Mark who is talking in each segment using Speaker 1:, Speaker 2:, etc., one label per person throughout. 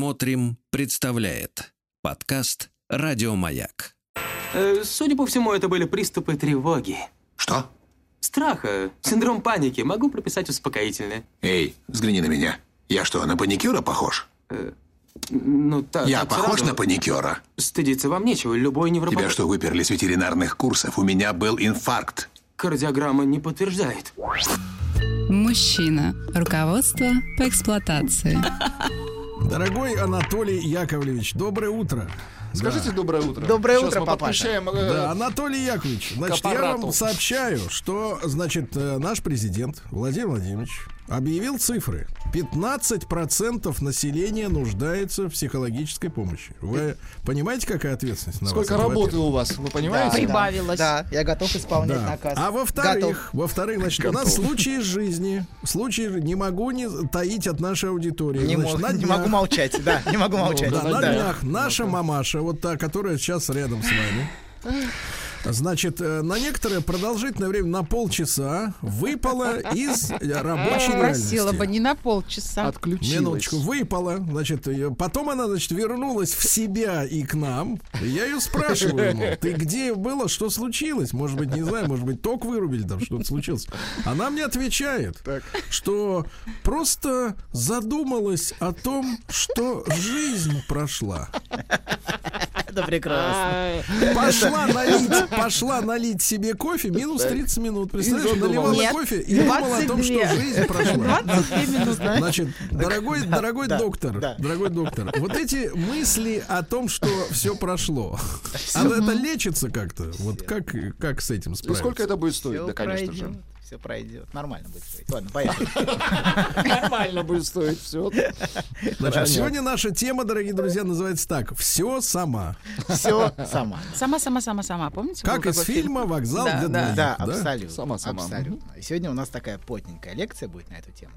Speaker 1: Смотрим, представляет подкаст Радиомаяк.
Speaker 2: Э, Судя по всему, это были приступы тревоги.
Speaker 3: Что?
Speaker 2: Страха, синдром паники. Могу прописать успокоительное.
Speaker 3: Эй, взгляни на меня. Я что, на паникюра похож?
Speaker 2: Ну, так,
Speaker 3: Я
Speaker 2: так
Speaker 3: похож
Speaker 2: сразу. Ну,
Speaker 3: на паникюра?
Speaker 2: Стыдиться вам нечего. Любой невропат...
Speaker 3: Тебя что, выперли с ветеринарных курсов? У меня был инфаркт.
Speaker 2: Кардиограмма не подтверждает.
Speaker 4: Мужчина. Руководство по эксплуатации.
Speaker 5: Дорогой Анатолий Яковлевич, доброе утро.
Speaker 6: Скажите доброе утро.
Speaker 7: Доброе
Speaker 6: Сейчас
Speaker 7: утро,
Speaker 6: мы
Speaker 7: папаша.
Speaker 6: подключаем, э,
Speaker 5: Да, Анатолий Яковлевич, значит, я
Speaker 6: аппарату.
Speaker 5: вам сообщаю, что, значит, э, наш президент Владимир Владимирович объявил цифры. 15% населения нуждается в психологической помощи.
Speaker 7: Э,
Speaker 5: Вы понимаете, какая ответственность на вас?
Speaker 6: Сколько
Speaker 5: Это
Speaker 6: работы
Speaker 5: во-первых.
Speaker 6: у вас, вы
Speaker 7: Да,
Speaker 6: понимаете?
Speaker 7: прибавилось. Да, я готов исполнять
Speaker 5: Да.
Speaker 7: наказ.
Speaker 5: А
Speaker 7: Готов.
Speaker 5: во-вторых, во-вторых, значит, у нас случаи из жизни. Случаи не могу не таить от нашей аудитории.
Speaker 7: Не,
Speaker 5: Значит,
Speaker 7: мог-
Speaker 5: на
Speaker 7: не
Speaker 5: днях-
Speaker 7: могу молчать, да, не могу молчать.
Speaker 5: Да, на
Speaker 7: да.
Speaker 5: днях наша мамаша, вот та, которая сейчас рядом с вами. Значит, э, на некоторое продолжительное время, на полчаса, выпала из э, рабочей
Speaker 8: Просила бы
Speaker 5: реальности.
Speaker 8: не на полчаса.
Speaker 6: Отключилось.
Speaker 5: Минуточку, выпала. Значит, её- потом она, значит, вернулась в себя и к нам. И Я ее спрашиваю, ну, ты где было, что случилось? Может быть, не знаю, может быть, ток вырубили, там что-то случилось. Она мне отвечает, что просто задумалась о том, что жизнь прошла.
Speaker 7: Это прекрасно.
Speaker 5: Пошла налить, пошла налить себе кофе, минус 30 минут. Представляешь,
Speaker 6: задумалась.
Speaker 5: наливала
Speaker 8: Нет,
Speaker 5: кофе и думала о том, что
Speaker 8: 22.
Speaker 5: жизнь прошла.
Speaker 8: 22 минуты.
Speaker 5: Значит, дорогой, дорогой
Speaker 7: да,
Speaker 5: доктор,
Speaker 7: да.
Speaker 5: дорогой доктор, вот эти мысли о том, что все прошло, а это лечится как-то? Вот как, как с этим
Speaker 6: И
Speaker 5: справиться?
Speaker 6: сколько это будет стоить? да, конечно же.
Speaker 7: Все пройдет. Нормально будет. всё. Ладно, поехали.
Speaker 6: Нормально будет стоить все.
Speaker 5: Значит, сегодня наша тема, дорогие друзья, называется так. Все сама.
Speaker 7: Все сама.
Speaker 8: Сама, сама, сама, сама. Помните? был
Speaker 5: Как из
Speaker 8: такой
Speaker 5: фильма «Вокзал
Speaker 8: Да,
Speaker 5: для
Speaker 8: да.
Speaker 5: двоих»,
Speaker 7: Ну, Да, абсолютно.
Speaker 6: Сама, сама.
Speaker 7: Абсолютно. И сегодня у нас такая потненькая лекция будет на эту тему.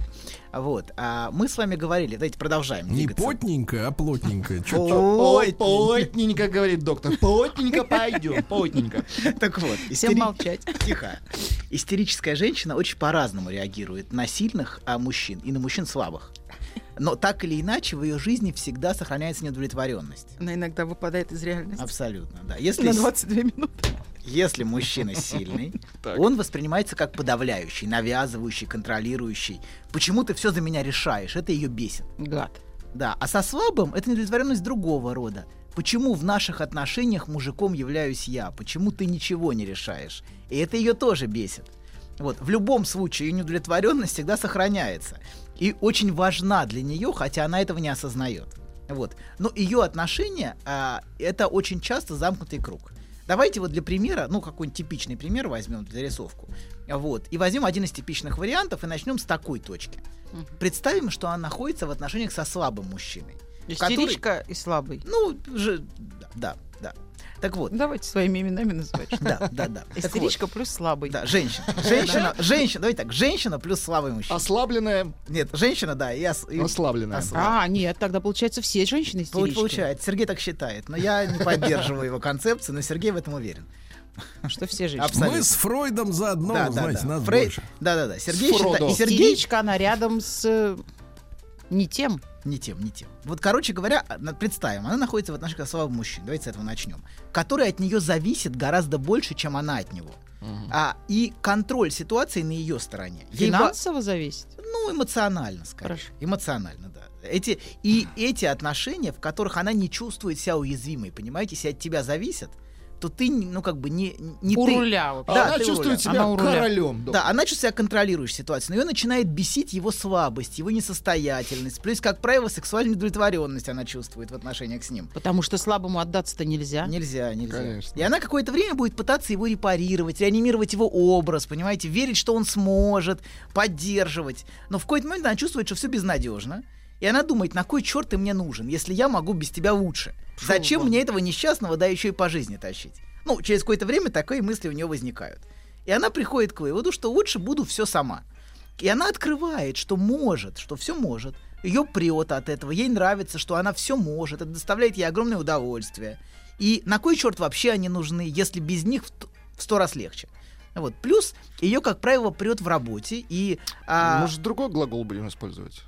Speaker 7: Вот. А мы с вами говорили, давайте продолжаем.
Speaker 5: Не
Speaker 7: двигаться.
Speaker 5: потненькая, а плотненькая. Чё-
Speaker 7: Ой,
Speaker 6: Плотненько, говорит доктор. Плотненько пойдем, плотненько.
Speaker 7: Так вот,
Speaker 8: Всем
Speaker 7: истери-
Speaker 8: молчать.
Speaker 7: Тихо. Истерическая женщина очень по-разному реагирует на сильных а, мужчин и на мужчин слабых. Но так или иначе, в ее жизни всегда сохраняется неудовлетворенность.
Speaker 8: Она иногда выпадает из реальности.
Speaker 7: Абсолютно, да. Если,
Speaker 8: На 22 минуты.
Speaker 7: если мужчина сильный, он воспринимается как подавляющий, навязывающий, контролирующий. Почему ты все за меня решаешь? Это ее бесит.
Speaker 8: Гад.
Speaker 7: Да, а со слабым это неудовлетворенность другого рода. Почему в наших отношениях мужиком являюсь я? Почему ты ничего не решаешь? И это ее тоже бесит. Вот, в любом случае ее неудовлетворенность всегда сохраняется. И очень важна для нее, хотя она этого не осознает. Вот. Но ее отношения а, это очень часто замкнутый круг. Давайте вот для примера, ну какой-нибудь типичный пример возьмем для рисовку. Вот. И возьмем один из типичных вариантов и начнем с такой точки. Представим, что она находится в отношениях со слабым мужчиной. который-
Speaker 8: Истеричка и слабый.
Speaker 7: Ну, же, да, да. Так вот,
Speaker 8: Давайте своими именами называть.
Speaker 7: да, да, да. Так вот,
Speaker 8: Истеричка плюс слабый.
Speaker 7: Да, женщина. Женщина, женщина, давайте так, женщина плюс слабый мужчина.
Speaker 6: Ослабленная,
Speaker 7: Нет, женщина, да, и... ос- и-
Speaker 6: ослабленная.
Speaker 7: ос-
Speaker 8: А, нет, тогда получается все женщины
Speaker 7: Пол-
Speaker 8: истерички.
Speaker 7: Получается, Сергей так считает, но я не поддерживаю его концепцию, но Сергей в этом уверен.
Speaker 8: Что все женщины.
Speaker 7: Абсолютно.
Speaker 5: Мы с Фройдом заодно,
Speaker 7: да,
Speaker 5: Ну, вы
Speaker 7: да,
Speaker 5: знаете,
Speaker 7: да.
Speaker 5: нас
Speaker 7: Фрей-
Speaker 5: больше.
Speaker 7: Да, да, да. Сергей
Speaker 6: Фродо.
Speaker 7: считает, и Сергей
Speaker 8: Истеричка, она рядом с... э, Не тем.
Speaker 7: Не тем, не тем. Вот, короче говоря, на- представим, она находится в отношениях со слабым мужчиной, давайте с этого начнем, который от нее зависит гораздо больше, чем она от него. А, и контроль ситуации на ее стороне. Ей ва-
Speaker 8: Финансово зависит.
Speaker 7: ну, эмоционально, скажем.
Speaker 8: Хорошо.
Speaker 7: Эмоционально, да. Эти, и эти отношения, в которых она не чувствует себя уязвимой, понимаете, если от тебя зависят, то ты, ну, как бы не, не
Speaker 8: У
Speaker 7: ты.
Speaker 8: руля вообще.
Speaker 7: Да,
Speaker 6: А Она
Speaker 7: ты у руля.
Speaker 6: чувствует себя
Speaker 8: Она у руля.
Speaker 6: королем. доктор.
Speaker 7: Да, она чувствует себя контролирующей ситуацию, но ее начинает бесить его слабость, его несостоятельность. Плюс, как правило, сексуальную удовлетворенность она чувствует в отношениях с ним.
Speaker 8: Потому что слабому отдаться-то нельзя.
Speaker 7: Нельзя, нельзя.
Speaker 6: Конечно.
Speaker 7: И она какое-то время будет пытаться его репарировать, реанимировать его образ, понимаете, верить, что он сможет, поддерживать. Но в какой-то момент она чувствует, что все безнадежно. И она думает, на кой черт ты мне нужен, если я могу без тебя лучше? Зачем мне этого несчастного, да еще и по жизни тащить? Ну, через какое-то время такие мысли у нее возникают. И она приходит к выводу, что лучше буду все сама. И она открывает, что может, что все может. Ее прет от этого, ей нравится, что она все может, это доставляет ей огромное удовольствие. И на кой черт вообще они нужны, если без них в т- в сто раз легче? Вот. Плюс ее, как правило, прет в работе и а,
Speaker 6: Ну, Может, другой глагол будем использовать?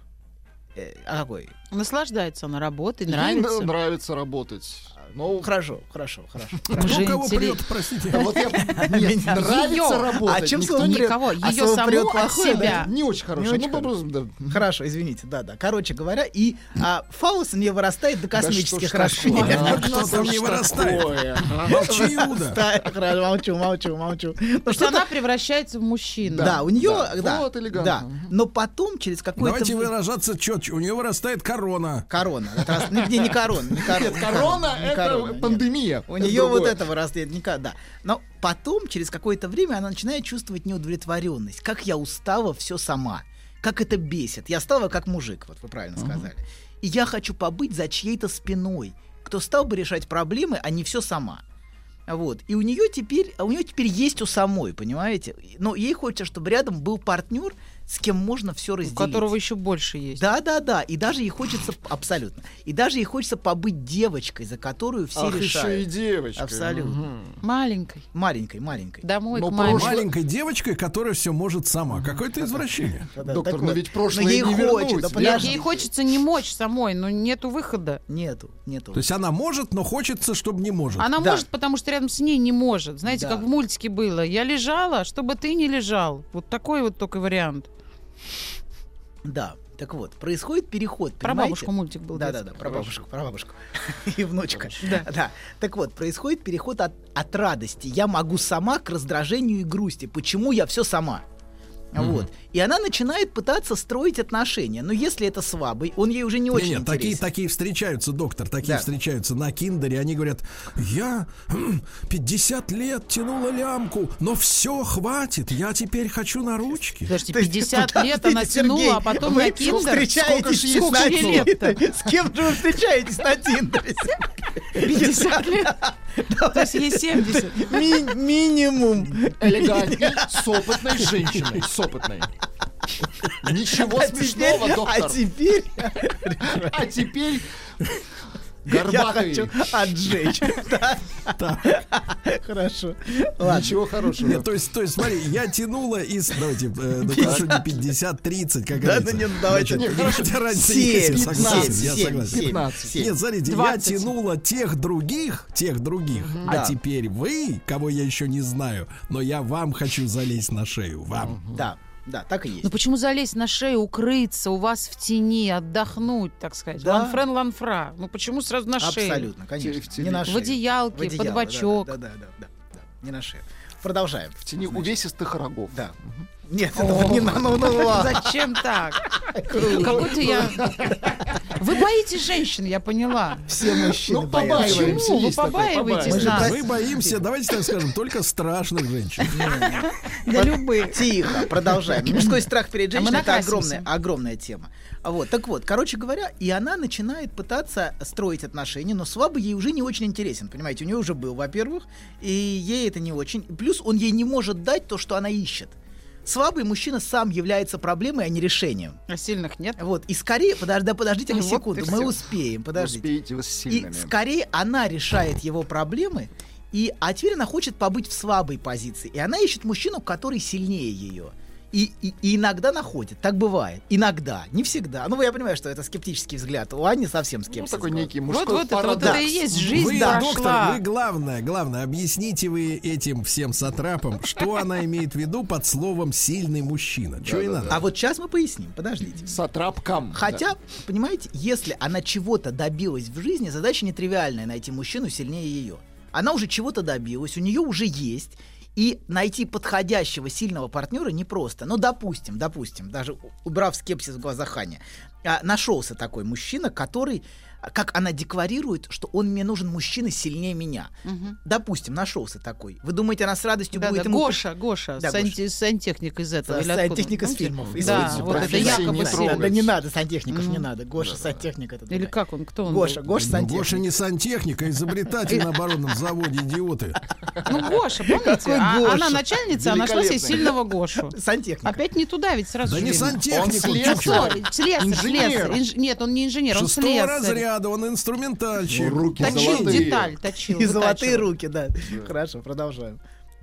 Speaker 7: Э, А какой?
Speaker 8: Наслаждается она работой,
Speaker 6: Ей
Speaker 8: нравится.
Speaker 6: на- нравится работать. Ну,
Speaker 7: Хорошо, хорошо, хорошо.
Speaker 5: Кто
Speaker 8: Уже
Speaker 5: кого
Speaker 8: интерес-
Speaker 5: прет, простите?
Speaker 6: а вот я... Нет,
Speaker 7: Меня.
Speaker 6: нравится
Speaker 8: Её.
Speaker 6: работать.
Speaker 7: А чем
Speaker 6: Никто
Speaker 7: слово
Speaker 6: не-
Speaker 7: прет?
Speaker 8: Никого.
Speaker 7: А
Speaker 8: Ее
Speaker 7: слово прет
Speaker 8: саму от
Speaker 7: плохое, да?
Speaker 8: себя.
Speaker 6: Не очень хорошая.
Speaker 7: очень
Speaker 6: Ну, просто, да.
Speaker 7: Хорошо, извините, да-да. Короче говоря, и а, фалос не вырастает до
Speaker 6: Да что ж
Speaker 7: космических
Speaker 6: такое,
Speaker 7: расширий.
Speaker 6: а?
Speaker 5: Кто
Speaker 6: Что
Speaker 5: там
Speaker 6: ж
Speaker 5: не вырастает?
Speaker 6: такое, а?
Speaker 5: Молчи, Иуда.
Speaker 7: Так, хорошо, Молчу, молчу, молчу. Ну,
Speaker 8: Что
Speaker 7: что-то-
Speaker 8: она превращается в мужчину.
Speaker 7: Да,
Speaker 6: Да,
Speaker 7: у нее,
Speaker 6: да.
Speaker 7: да,
Speaker 6: Вот
Speaker 7: да.
Speaker 6: элегантно.
Speaker 7: Но потом через какое-то
Speaker 5: Давайте
Speaker 7: время-
Speaker 5: выражаться четче. У нее вырастает корона.
Speaker 7: корона, это раз- не, не корона, не корона,
Speaker 6: Нет,
Speaker 7: не
Speaker 6: корона
Speaker 7: не корона,
Speaker 6: это
Speaker 7: нет.
Speaker 6: пандемия.
Speaker 7: У
Speaker 6: Это
Speaker 7: нее вот
Speaker 6: другое.
Speaker 7: этого растет никогда. Но потом, через какое-то время, она начинает чувствовать неудовлетворенность. Как я устала все сама. Как это бесит. Я стала как мужик, вот вы правильно сказали. И я хочу побыть за чьей-то спиной, кто стал бы решать проблемы, а не все сама. Вот. И у нее теперь, а у нее теперь есть у самой, понимаете? Но ей хочется, чтобы рядом был партнер, с кем можно все
Speaker 8: У
Speaker 7: разделить.
Speaker 8: которого еще больше есть.
Speaker 7: Да, да, да. И даже ей хочется абсолютно. И даже ей хочется побыть девочкой, за которую все
Speaker 6: Ах, еще и
Speaker 7: решают.
Speaker 6: девочка.
Speaker 7: Абсолютно.
Speaker 6: Мгм.
Speaker 8: Маленькой.
Speaker 7: Маленькой, маленькой.
Speaker 8: Домой
Speaker 6: Но
Speaker 8: к маме.
Speaker 6: прошлое-
Speaker 5: Маленькой девочкой, которая все может сама. Какое-то извращение.
Speaker 7: Да-да,
Speaker 6: Доктор,
Speaker 7: так
Speaker 6: но
Speaker 7: вот.
Speaker 6: ведь прошлое
Speaker 7: Но ей
Speaker 6: не
Speaker 7: хочет,
Speaker 6: вернуть,
Speaker 7: да
Speaker 6: верно?
Speaker 8: Ей-
Speaker 7: подожди.
Speaker 8: Ей хочется не мочь самой, но нету выхода.
Speaker 7: Нету, нету.
Speaker 5: То есть она может, но хочется, чтобы не может.
Speaker 8: Она
Speaker 7: Да.
Speaker 8: может, потому что рядом с ней не может. Знаете,
Speaker 7: Да.
Speaker 8: как в мультике было. Я лежала, чтобы ты не лежал. Вот такой вот только вариант.
Speaker 7: Да. Так вот, происходит переход,
Speaker 8: Про
Speaker 7: понимаете?
Speaker 8: бабушку мультик был.
Speaker 7: Да, да,
Speaker 8: детский.
Speaker 7: да, про бабушку, про бабушку. И внучка. Да. Так вот, происходит переход от, от радости. Я могу сама к раздражению и грусти. Почему я все сама? Вот. И она начинает пытаться строить отношения. Но если это слабый, он ей уже не очень
Speaker 5: Не-не, такие,
Speaker 7: интересен.
Speaker 5: такие встречаются, доктор, такие
Speaker 7: Да.
Speaker 5: встречаются на киндере. Они говорят, я м, 50 лет тянула лямку, но все, хватит, я теперь хочу на ручки.
Speaker 8: Подожди,
Speaker 7: То есть,
Speaker 8: 50 лет
Speaker 7: подождите,
Speaker 8: она
Speaker 7: Сергей,
Speaker 8: тянула, а потом
Speaker 7: вы
Speaker 8: на киндер.
Speaker 7: встречаетесь
Speaker 8: же ей
Speaker 7: на
Speaker 8: сколько ей лет-то?
Speaker 7: Тиндере? С кем же вы встречаетесь на Тиндере?
Speaker 8: 50 лет. То есть ей 70.
Speaker 7: Ми- Минимум.
Speaker 6: Элегантней, с опытной женщиной. С опытной. Ничего
Speaker 7: А
Speaker 6: смешного,
Speaker 7: теперь- А
Speaker 6: доктор.
Speaker 7: теперь
Speaker 6: А теперь...
Speaker 7: я
Speaker 6: Горбатый.
Speaker 7: хочу отжечь. Да. Хорошо. Ладно.
Speaker 6: Ничего хорошего.
Speaker 5: Нет, то есть, то есть, смотри, я тянула из, давайте, э, ну, хорошо, не 50, 30, как
Speaker 7: Да,
Speaker 5: говорится.
Speaker 7: да нет, давайте.
Speaker 5: Значит,
Speaker 6: Не, хорошо,
Speaker 5: хотя разница
Speaker 7: Семь,
Speaker 5: есть, я согласен,
Speaker 7: семь,
Speaker 5: я
Speaker 7: семь,
Speaker 5: согласен.
Speaker 7: семь,
Speaker 6: 15.
Speaker 7: семь.
Speaker 5: Нет, смотрите,
Speaker 8: Двадцать.
Speaker 5: я тянула тех других, тех других, а
Speaker 7: Да.
Speaker 5: теперь вы, кого я еще не знаю, но я вам хочу залезть на шею, вам.
Speaker 7: Да, да, так и есть.
Speaker 8: Ну почему залезть на шею, укрыться у вас в тени, отдохнуть, так сказать?
Speaker 7: Да.
Speaker 8: Ланфрен ланфра. Ну почему сразу на шею?
Speaker 7: Абсолютно,
Speaker 6: В
Speaker 7: конечно.
Speaker 6: теле-
Speaker 7: Не на
Speaker 8: В
Speaker 7: шею.
Speaker 8: одеялке,
Speaker 7: В
Speaker 8: под
Speaker 7: одеяло,
Speaker 8: бочок.
Speaker 7: Да, да, да, да, да. Не на шею. Продолжаем.
Speaker 6: В тени увесистых рогов.
Speaker 7: Да. Нет, это не на... Ну, ну, ладно.
Speaker 8: Зачем так? Какой-то я... Вы боитесь женщин, я поняла.
Speaker 7: Все мужчины
Speaker 6: Ну,
Speaker 7: боятся.
Speaker 6: побаиваемся,
Speaker 8: Почему? Вы
Speaker 6: есть такое,
Speaker 8: побаиваетесь
Speaker 7: Мы же
Speaker 8: нас?
Speaker 5: Мы боимся, давайте так скажем, только страшных женщин.
Speaker 8: Да любые.
Speaker 7: Тихо, продолжаем. Мужской страх перед
Speaker 8: А мы
Speaker 7: женщиной это
Speaker 8: накрасимся.
Speaker 7: огромная, огромная тема. А Вот, так вот, короче говоря, и она начинает пытаться строить отношения, но слабый ей уже не очень интересен, понимаете, у нее уже был, во-первых, и ей это не очень. Плюс он ей не может дать то, что она ищет. Слабый мужчина сам является проблемой, а не решением.
Speaker 8: А сильных нет?
Speaker 7: Вот, и скорее, подожди, да подождите мы
Speaker 8: Вот и
Speaker 7: секунду, мы
Speaker 8: всё.
Speaker 7: успеем, подождите.
Speaker 6: Успеете вы с
Speaker 7: И
Speaker 6: сильными.
Speaker 7: скорее она решает его проблемы, и, а теперь она хочет побыть в слабой позиции. И она ищет мужчину, который сильнее ее. И, и- и иногда находит, так бывает. Иногда, не всегда. Ну, я понимаю, что это скептический взгляд. У Анни совсем
Speaker 6: Ну,
Speaker 7: скепсис.
Speaker 6: такой
Speaker 7: был.
Speaker 6: некий мужской
Speaker 8: Вот, вот, это, вот это и
Speaker 6: парадокс.
Speaker 8: есть жизнь
Speaker 5: вы, доктор,
Speaker 8: прошла.
Speaker 5: вы главное, главное, объясните вы этим всем сатрапам, что она имеет в виду под словом «сильный мужчина». Чего и надо?
Speaker 7: А вот сейчас мы поясним, подождите.
Speaker 6: Сатрапкам.
Speaker 7: Хотя, понимаете, если она чего-то добилась в жизни, задача нетривиальная найти мужчину сильнее ее. Она уже чего-то добилась, у нее уже есть. И найти подходящего сильного партнера непросто. Ну, допустим, допустим, даже у- убрав скепсис в глазах Хани, а, нашелся такой мужчина, который, а, как она декларирует, что он мне нужен мужчина сильнее меня.
Speaker 8: Мгм.
Speaker 7: Допустим, нашелся такой. Вы думаете, она с радостью
Speaker 8: Да,
Speaker 7: будет
Speaker 8: да,
Speaker 7: ему...
Speaker 8: Гоша, Гоша,
Speaker 7: Да,
Speaker 8: сан- сантехник из этого. или откуда он?
Speaker 7: Сантехника с
Speaker 8: Помните?
Speaker 7: фильмов.
Speaker 8: Да,
Speaker 7: извините,
Speaker 8: вот это
Speaker 6: профессии
Speaker 8: якобы
Speaker 6: не
Speaker 7: да,
Speaker 8: сильно.
Speaker 7: да
Speaker 6: трогать.
Speaker 7: не надо сантехников, не
Speaker 8: Мгм.
Speaker 7: надо. Гоша, сантехник это
Speaker 8: Или
Speaker 7: другая.
Speaker 8: как он, кто он?
Speaker 7: Гоша,
Speaker 8: был?
Speaker 7: Гоша
Speaker 5: Ну,
Speaker 7: сантехник.
Speaker 5: Гоша не сантехник, а изобретатель на оборонном заводе, идиоты.
Speaker 8: Ну, Гоша, помните?
Speaker 7: Какой
Speaker 8: А-
Speaker 7: Гоша?
Speaker 8: Она начальница, а нашла себе
Speaker 6: Великолепный.
Speaker 8: сильного Гошу.
Speaker 7: Сантехник.
Speaker 8: Опять не туда ведь сразу
Speaker 5: Да
Speaker 8: же
Speaker 5: не
Speaker 8: видно.
Speaker 6: Он
Speaker 5: сантехник, он
Speaker 6: слесарь.
Speaker 5: чучело.
Speaker 8: Слесарь, слесарь,
Speaker 6: Инженер.
Speaker 8: слесарь. Инж- Нет, он не инженер, он
Speaker 5: Шестого
Speaker 8: слесарь.
Speaker 5: разряда, он инструментальщик.
Speaker 6: Ну, руки
Speaker 8: Точил
Speaker 6: золотые.
Speaker 8: деталь, точил.
Speaker 7: И золотые
Speaker 8: вытачивал.
Speaker 7: руки, да. Хорошо, продолжаем.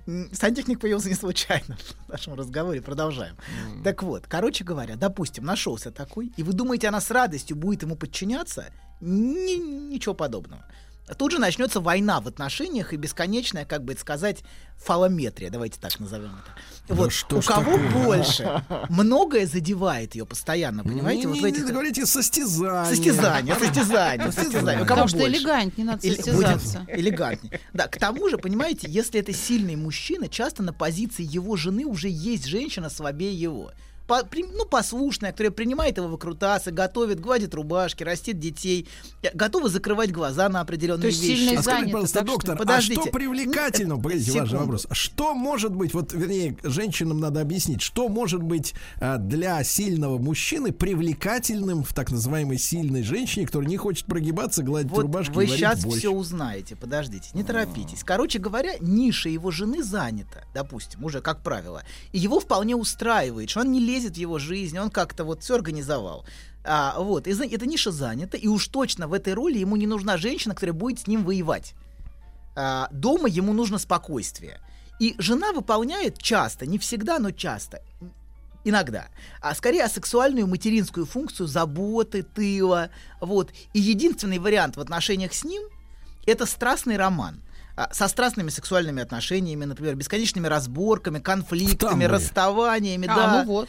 Speaker 7: М, Сантехник появился не случайно в нашем разговоре. Продолжаем. Так вот, короче говоря, допустим, нашелся такой, и вы думаете, она с радостью будет ему подчиняться? Ни- ничего подобного. Тут же начнется война в отношениях и бесконечная, как бы это сказать, фалометрия, давайте так назовем это.
Speaker 5: Да
Speaker 7: Вот
Speaker 5: что
Speaker 7: у
Speaker 5: ж
Speaker 7: кого
Speaker 5: такое?
Speaker 7: больше, многое задевает ее постоянно, понимаете?
Speaker 5: Не-
Speaker 7: вот в
Speaker 5: не-
Speaker 7: этих-
Speaker 5: не говорите состязание. А
Speaker 7: Состязание, состязание, состязание. У кого
Speaker 8: Потому что
Speaker 7: больше?
Speaker 8: элегантнее надо
Speaker 7: Или-
Speaker 8: состязаться.
Speaker 7: будет элегантнее. Да, к тому же, понимаете, если это сильный мужчина, часто на позиции его жены уже есть женщина слабее его. По- при- ну, послушная, которая принимает его выкрутасы, готовит, гладит рубашки, растит детей, э, готова закрывать глаза на определенные
Speaker 8: То есть
Speaker 7: вещи.
Speaker 8: сильный
Speaker 5: А скажите,
Speaker 8: занято,
Speaker 5: пожалуйста,
Speaker 8: так что-
Speaker 5: доктор,
Speaker 7: Подождите.
Speaker 5: а что привлекательного? Погодите, ваш же
Speaker 7: секунду.
Speaker 5: вопрос. А Что может быть, вот, вернее, женщинам надо объяснить, что может быть а, для сильного мужчины привлекательным в так называемой сильной женщине, которая не хочет прогибаться, гладить
Speaker 7: Вот
Speaker 5: рубашки
Speaker 7: вы
Speaker 5: и варить А.
Speaker 7: сейчас
Speaker 5: борщ?
Speaker 7: все узнаете, подождите, не торопитесь. Короче говоря, ниша его жены занята, допустим, уже как правило. И его вполне устраивает, что он не лезет в его жизнь, он как-то вот все организовал. А, вот, и за- эта ниша занята, и уж точно в этой роли ему не нужна женщина, которая будет с ним воевать. А, дома ему нужно спокойствие. И жена выполняет часто, не всегда, но часто, м, иногда, а скорее асексуальную материнскую функцию заботы, тыла. Вот. И единственный вариант в отношениях с ним – это страстный роман. А, Со страстными сексуальными отношениями, например, бесконечными разборками, конфликтами,
Speaker 5: Тамбуре.
Speaker 7: расставаниями,
Speaker 8: А,
Speaker 7: да,
Speaker 8: ну вот.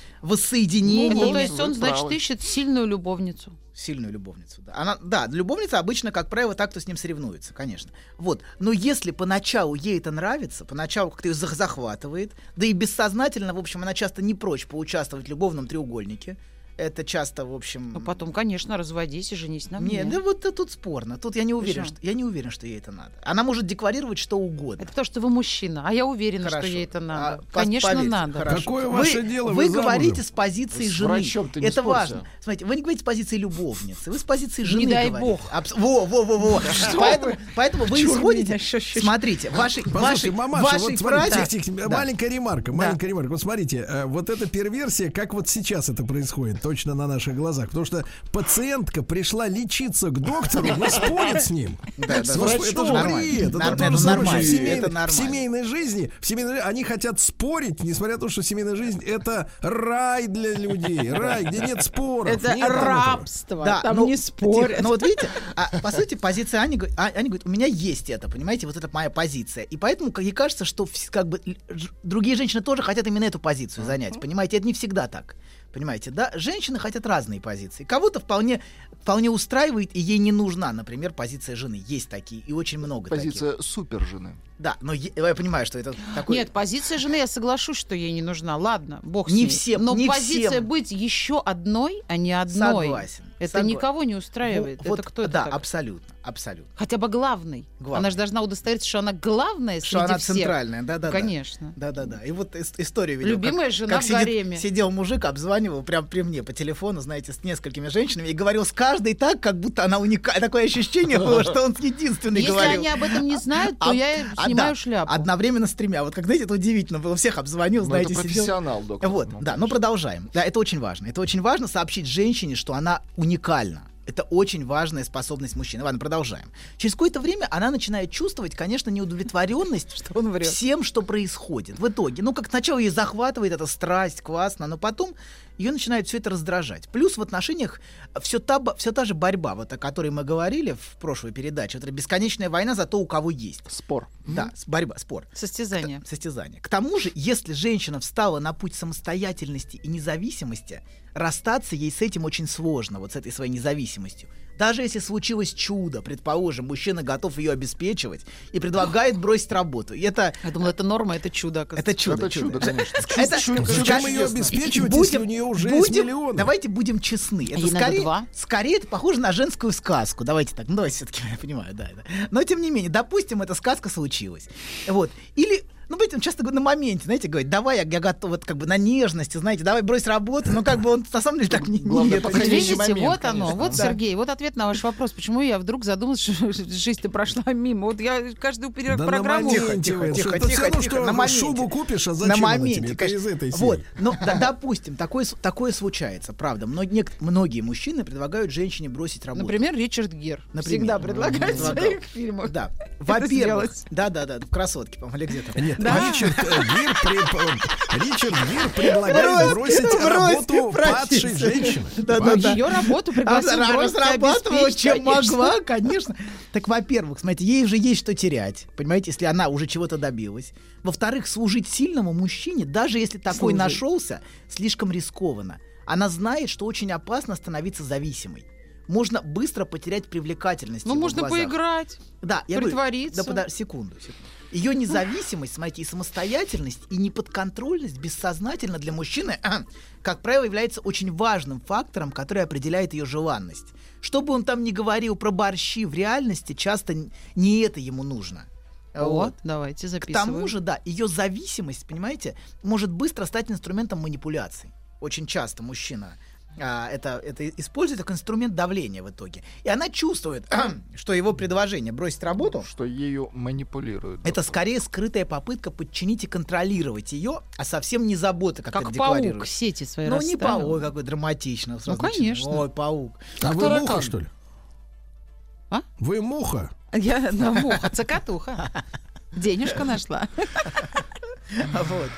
Speaker 7: воссоединениями.
Speaker 8: Ну, то есть он,
Speaker 6: вы
Speaker 8: значит,
Speaker 6: правы.
Speaker 8: ищет сильную любовницу.
Speaker 7: Сильную любовницу, да. Она, да, любовница обычно, как правило, так, кто с ним соревнуется, конечно. Вот. Но если поначалу ей это нравится, поначалу как-то ее зах- захватывает, да и бессознательно, в общем, она часто не прочь поучаствовать в любовном треугольнике. Это часто, в общем...
Speaker 8: Ну, потом, конечно, разводись и женись на мне.
Speaker 7: Не, да вот это тут спорно. Тут я не уверен,
Speaker 8: Почему?
Speaker 7: что, я не уверен, что ей это надо. Она может декларировать что угодно.
Speaker 8: Это потому, что вы мужчина, а я уверена,
Speaker 7: Хорошо.
Speaker 8: что ей это надо.
Speaker 7: А, пос-
Speaker 8: Конечно,
Speaker 7: поверьте,
Speaker 8: надо.
Speaker 7: хорошо.
Speaker 5: Какое
Speaker 7: Вы-
Speaker 5: ваше дело,
Speaker 7: Вы,
Speaker 5: вы
Speaker 7: говорите
Speaker 5: замужем?
Speaker 7: с позиции
Speaker 6: С
Speaker 7: жены.
Speaker 6: врачом-то не
Speaker 7: Это
Speaker 6: спорься.
Speaker 7: важно. Смотрите, вы не говорите с позиции любовницы, вы с позиции жены.
Speaker 8: дай
Speaker 7: говорите.
Speaker 8: бог.
Speaker 7: Абс- Во, во, во, во. Поэтому, поэтому вы
Speaker 8: Чёрт
Speaker 7: исходите.
Speaker 8: меня щас- щас-
Speaker 7: Смотрите, ваши, ваши,
Speaker 5: Послушайте, мамаша,
Speaker 7: ваши
Speaker 5: вот смотрите,
Speaker 7: фразы-
Speaker 5: тих- тих-
Speaker 7: Да.
Speaker 5: маленькая ремарка, маленькая ремарка. Вот смотрите, э, вот эта перверсия, как вот сейчас это происходит, точно на наших глазах. Потому что пациентка пришла лечиться к доктору, но спорит с ним.
Speaker 7: Да, да,
Speaker 5: Ну,
Speaker 7: да.
Speaker 5: это же
Speaker 7: Нормально.
Speaker 5: бред, это
Speaker 7: Нар-
Speaker 5: то
Speaker 7: это
Speaker 5: же самое,
Speaker 7: нормально,
Speaker 5: что в семейной-
Speaker 7: это нормально.
Speaker 5: В семейной жизни, в семейной жи- они хотят спорить, несмотря на то, что семейная жизнь это рай для людей, рай, где нет споров.
Speaker 8: Это
Speaker 5: нет там
Speaker 8: рабство,
Speaker 7: Да,
Speaker 8: там
Speaker 7: ну,
Speaker 8: не спорят.
Speaker 7: тихо, ну вот видите, а, по сути, позиция Ани, говорит- А- Аня говорит, у меня есть это, понимаете, вот это моя позиция. И поэтому, как ей кажется, что вс- как бы л- ж- другие женщины тоже хотят именно эту позицию занять, понимаете, это не всегда так. Понимаете, да? Женщины хотят разные позиции. Кого-то вполне, вполне устраивает, и ей не нужна, например, позиция жены. Есть такие, и очень много таких.
Speaker 6: Позиция супер жены.
Speaker 7: Да, но е- я понимаю, что это такой...
Speaker 8: Нет, позиция жены, я соглашусь, что ей не нужна. Ладно, бог с
Speaker 7: Не
Speaker 8: ней.
Speaker 7: всем,
Speaker 8: Но
Speaker 7: не
Speaker 8: позиция
Speaker 7: всем.
Speaker 8: быть еще одной, а не одной.
Speaker 7: Согласен,
Speaker 8: Это
Speaker 7: согласен. Ну,
Speaker 8: никого не устраивает.
Speaker 7: Вот-
Speaker 8: это кто это
Speaker 7: Да,
Speaker 8: так?
Speaker 7: абсолютно, абсолютно.
Speaker 8: Хотя бы главный.
Speaker 7: Главный.
Speaker 8: Она же должна удостовериться, что она главная
Speaker 7: Что
Speaker 8: среди
Speaker 7: она
Speaker 8: всех.
Speaker 7: центральная, да-да-да.
Speaker 8: Конечно.
Speaker 7: Да-да-да. И вот ис- историю видел.
Speaker 8: Любимая
Speaker 7: как-
Speaker 8: жена
Speaker 7: как
Speaker 8: в
Speaker 7: сидит-
Speaker 8: гареме.
Speaker 7: Сидел мужик, обзванивал прям при мне по телефону, знаете, с несколькими женщинами и говорил с каждой так, как будто она уникальна. Такое ощущение было, что он единственный
Speaker 8: Если
Speaker 7: говорил.
Speaker 8: они об этом не знают, то
Speaker 7: А-
Speaker 8: я
Speaker 7: а,
Speaker 8: снимаю
Speaker 7: да,
Speaker 8: шляпу.
Speaker 7: Одновременно с тремя. Вот как, знаете, это удивительно было. Всех обзвонил,
Speaker 6: Но
Speaker 7: знаете,
Speaker 6: Ну, это
Speaker 7: сидел.
Speaker 6: профессионал, доктор.
Speaker 7: Вот,
Speaker 6: Ну,
Speaker 7: да, но продолжаем. Да, это очень важно. Это очень важно сообщить женщине, что она уникальна. Это очень важная способность мужчины. Ладно, продолжаем. Через какое-то время она начинает чувствовать, конечно, неудовлетворенность всем, что происходит. В итоге, ну, как сначала ее захватывает эта страсть, классно, но потом ее начинает все это раздражать. Плюс в отношениях все та, бо- всё та же борьба, вот о которой мы говорили в прошлой передаче, вот эта бесконечная война за то, у кого есть.
Speaker 6: Спор.
Speaker 7: Да, с- борьба, спор.
Speaker 8: Состязание.
Speaker 7: К- состязание. К тому же, если женщина встала на путь самостоятельности и независимости, расстаться ей с этим очень сложно, вот с этой своей независимостью. Даже если случилось чудо, предположим, мужчина готов ее обеспечивать и предлагает бросить работу. И это,
Speaker 8: Я думала, это норма, это чудо, оказывается.
Speaker 7: это чудо.
Speaker 6: Это чудо, конечно.
Speaker 7: Это-
Speaker 5: Чудо,
Speaker 7: скажем,
Speaker 5: зачем ее
Speaker 7: честно,
Speaker 5: обеспечивать, если у нее уже есть миллионы?
Speaker 7: Давайте будем честны. Это
Speaker 8: Ей надо
Speaker 7: скорее,
Speaker 8: два.
Speaker 7: скорее это похоже на женскую сказку. Давайте так. Ну, давайте все-таки я понимаю, да, да. Но тем не менее, допустим, эта сказка случилась. Вот. Или. Ну, понимаете, он часто на моменте, знаете, говорит, давай, я, я готов, вот как бы на нежности, знаете, давай брось работу, но как бы он на самом деле так не, не-
Speaker 6: Главное,
Speaker 7: это-
Speaker 6: пока
Speaker 8: Вот
Speaker 6: Конечно,
Speaker 8: видите,
Speaker 6: момент,
Speaker 8: вот оно,
Speaker 6: конечно,
Speaker 8: вот,
Speaker 7: да.
Speaker 8: Сергей, вот ответ на ваш вопрос, почему я вдруг задумалась, что жизнь-то прошла мимо. Вот я каждую пере-
Speaker 5: Да на
Speaker 8: программу...
Speaker 5: моменте,
Speaker 7: Тихо,
Speaker 5: вы, что-
Speaker 7: тихо, тихо,
Speaker 5: это всё равно,
Speaker 7: тихо,
Speaker 5: что
Speaker 7: на моменте.
Speaker 5: шубу купишь, а зачем
Speaker 7: на
Speaker 5: она
Speaker 7: моменте,
Speaker 5: тебе? Это
Speaker 7: конечно.
Speaker 5: из этой серии.
Speaker 7: Вот, ну, да, допустим, такое, с- такое случается, правда. Мно- нек- многие мужчины предлагают женщине бросить работу.
Speaker 8: Например, Ричард Гир.
Speaker 7: Например.
Speaker 8: Всегда предлагает в
Speaker 7: Предлагал.
Speaker 8: своих фильмах.
Speaker 7: Да. Во-первых,
Speaker 8: сделать.
Speaker 7: да-да-да, в красотке, по-моему, или где-то.
Speaker 5: Нет,
Speaker 8: Да.
Speaker 5: а Ричард э, Гир, при- э, Ричард Гир предлагает бросить работу падшей женщины.
Speaker 7: Да-да-да.
Speaker 8: Ее работу
Speaker 7: Она
Speaker 8: пригласил в гости
Speaker 7: разрабатывала,
Speaker 8: обеспечить,
Speaker 7: чем
Speaker 8: конечно.
Speaker 7: могла, конечно. Так, во-первых, смотрите, ей же есть что терять, понимаете, если она уже чего-то добилась. Во-вторых, служить сильному мужчине, даже если такой
Speaker 8: Служить.
Speaker 7: нашелся, слишком рискованно. Она знает, что очень опасно становиться зависимой. Можно быстро потерять привлекательность.
Speaker 8: Ну,
Speaker 7: его
Speaker 8: можно
Speaker 7: глазах.
Speaker 8: поиграть.
Speaker 7: Да, я говорю, да,
Speaker 8: притвориться.
Speaker 7: подо- секунду, секунду. Ее независимость, смотрите, и самостоятельность, и неподконтрольность бессознательно для мужчины, э, как правило, является очень важным фактором, который определяет ее желанность. Что бы он там ни говорил про борщи, в реальности часто н- не это ему нужно.
Speaker 8: Вот, давайте
Speaker 7: К
Speaker 8: записываем.
Speaker 7: тому же, да, ее зависимость, понимаете, может быстро стать инструментом манипуляций. Очень часто мужчина а, это, это использует как инструмент давления в итоге. И она чувствует, что его предложение бросить работу
Speaker 6: Что ею манипулируют.
Speaker 7: это скорее скрытая попытка подчинить и контролировать ее, а совсем не забота, как,
Speaker 8: как
Speaker 7: это
Speaker 8: паук
Speaker 7: декларируешь.
Speaker 8: сети свои
Speaker 7: Ну, не
Speaker 8: расставил.
Speaker 7: паук, какой драматично. сразу начинаю.
Speaker 8: конечно.
Speaker 7: Ой, паук.
Speaker 5: А вы
Speaker 6: таракан.
Speaker 5: муха, что ли?
Speaker 8: А?
Speaker 5: Вы муха.
Speaker 8: Я на муха, цокотуха. Денежка нашла.
Speaker 7: Вот.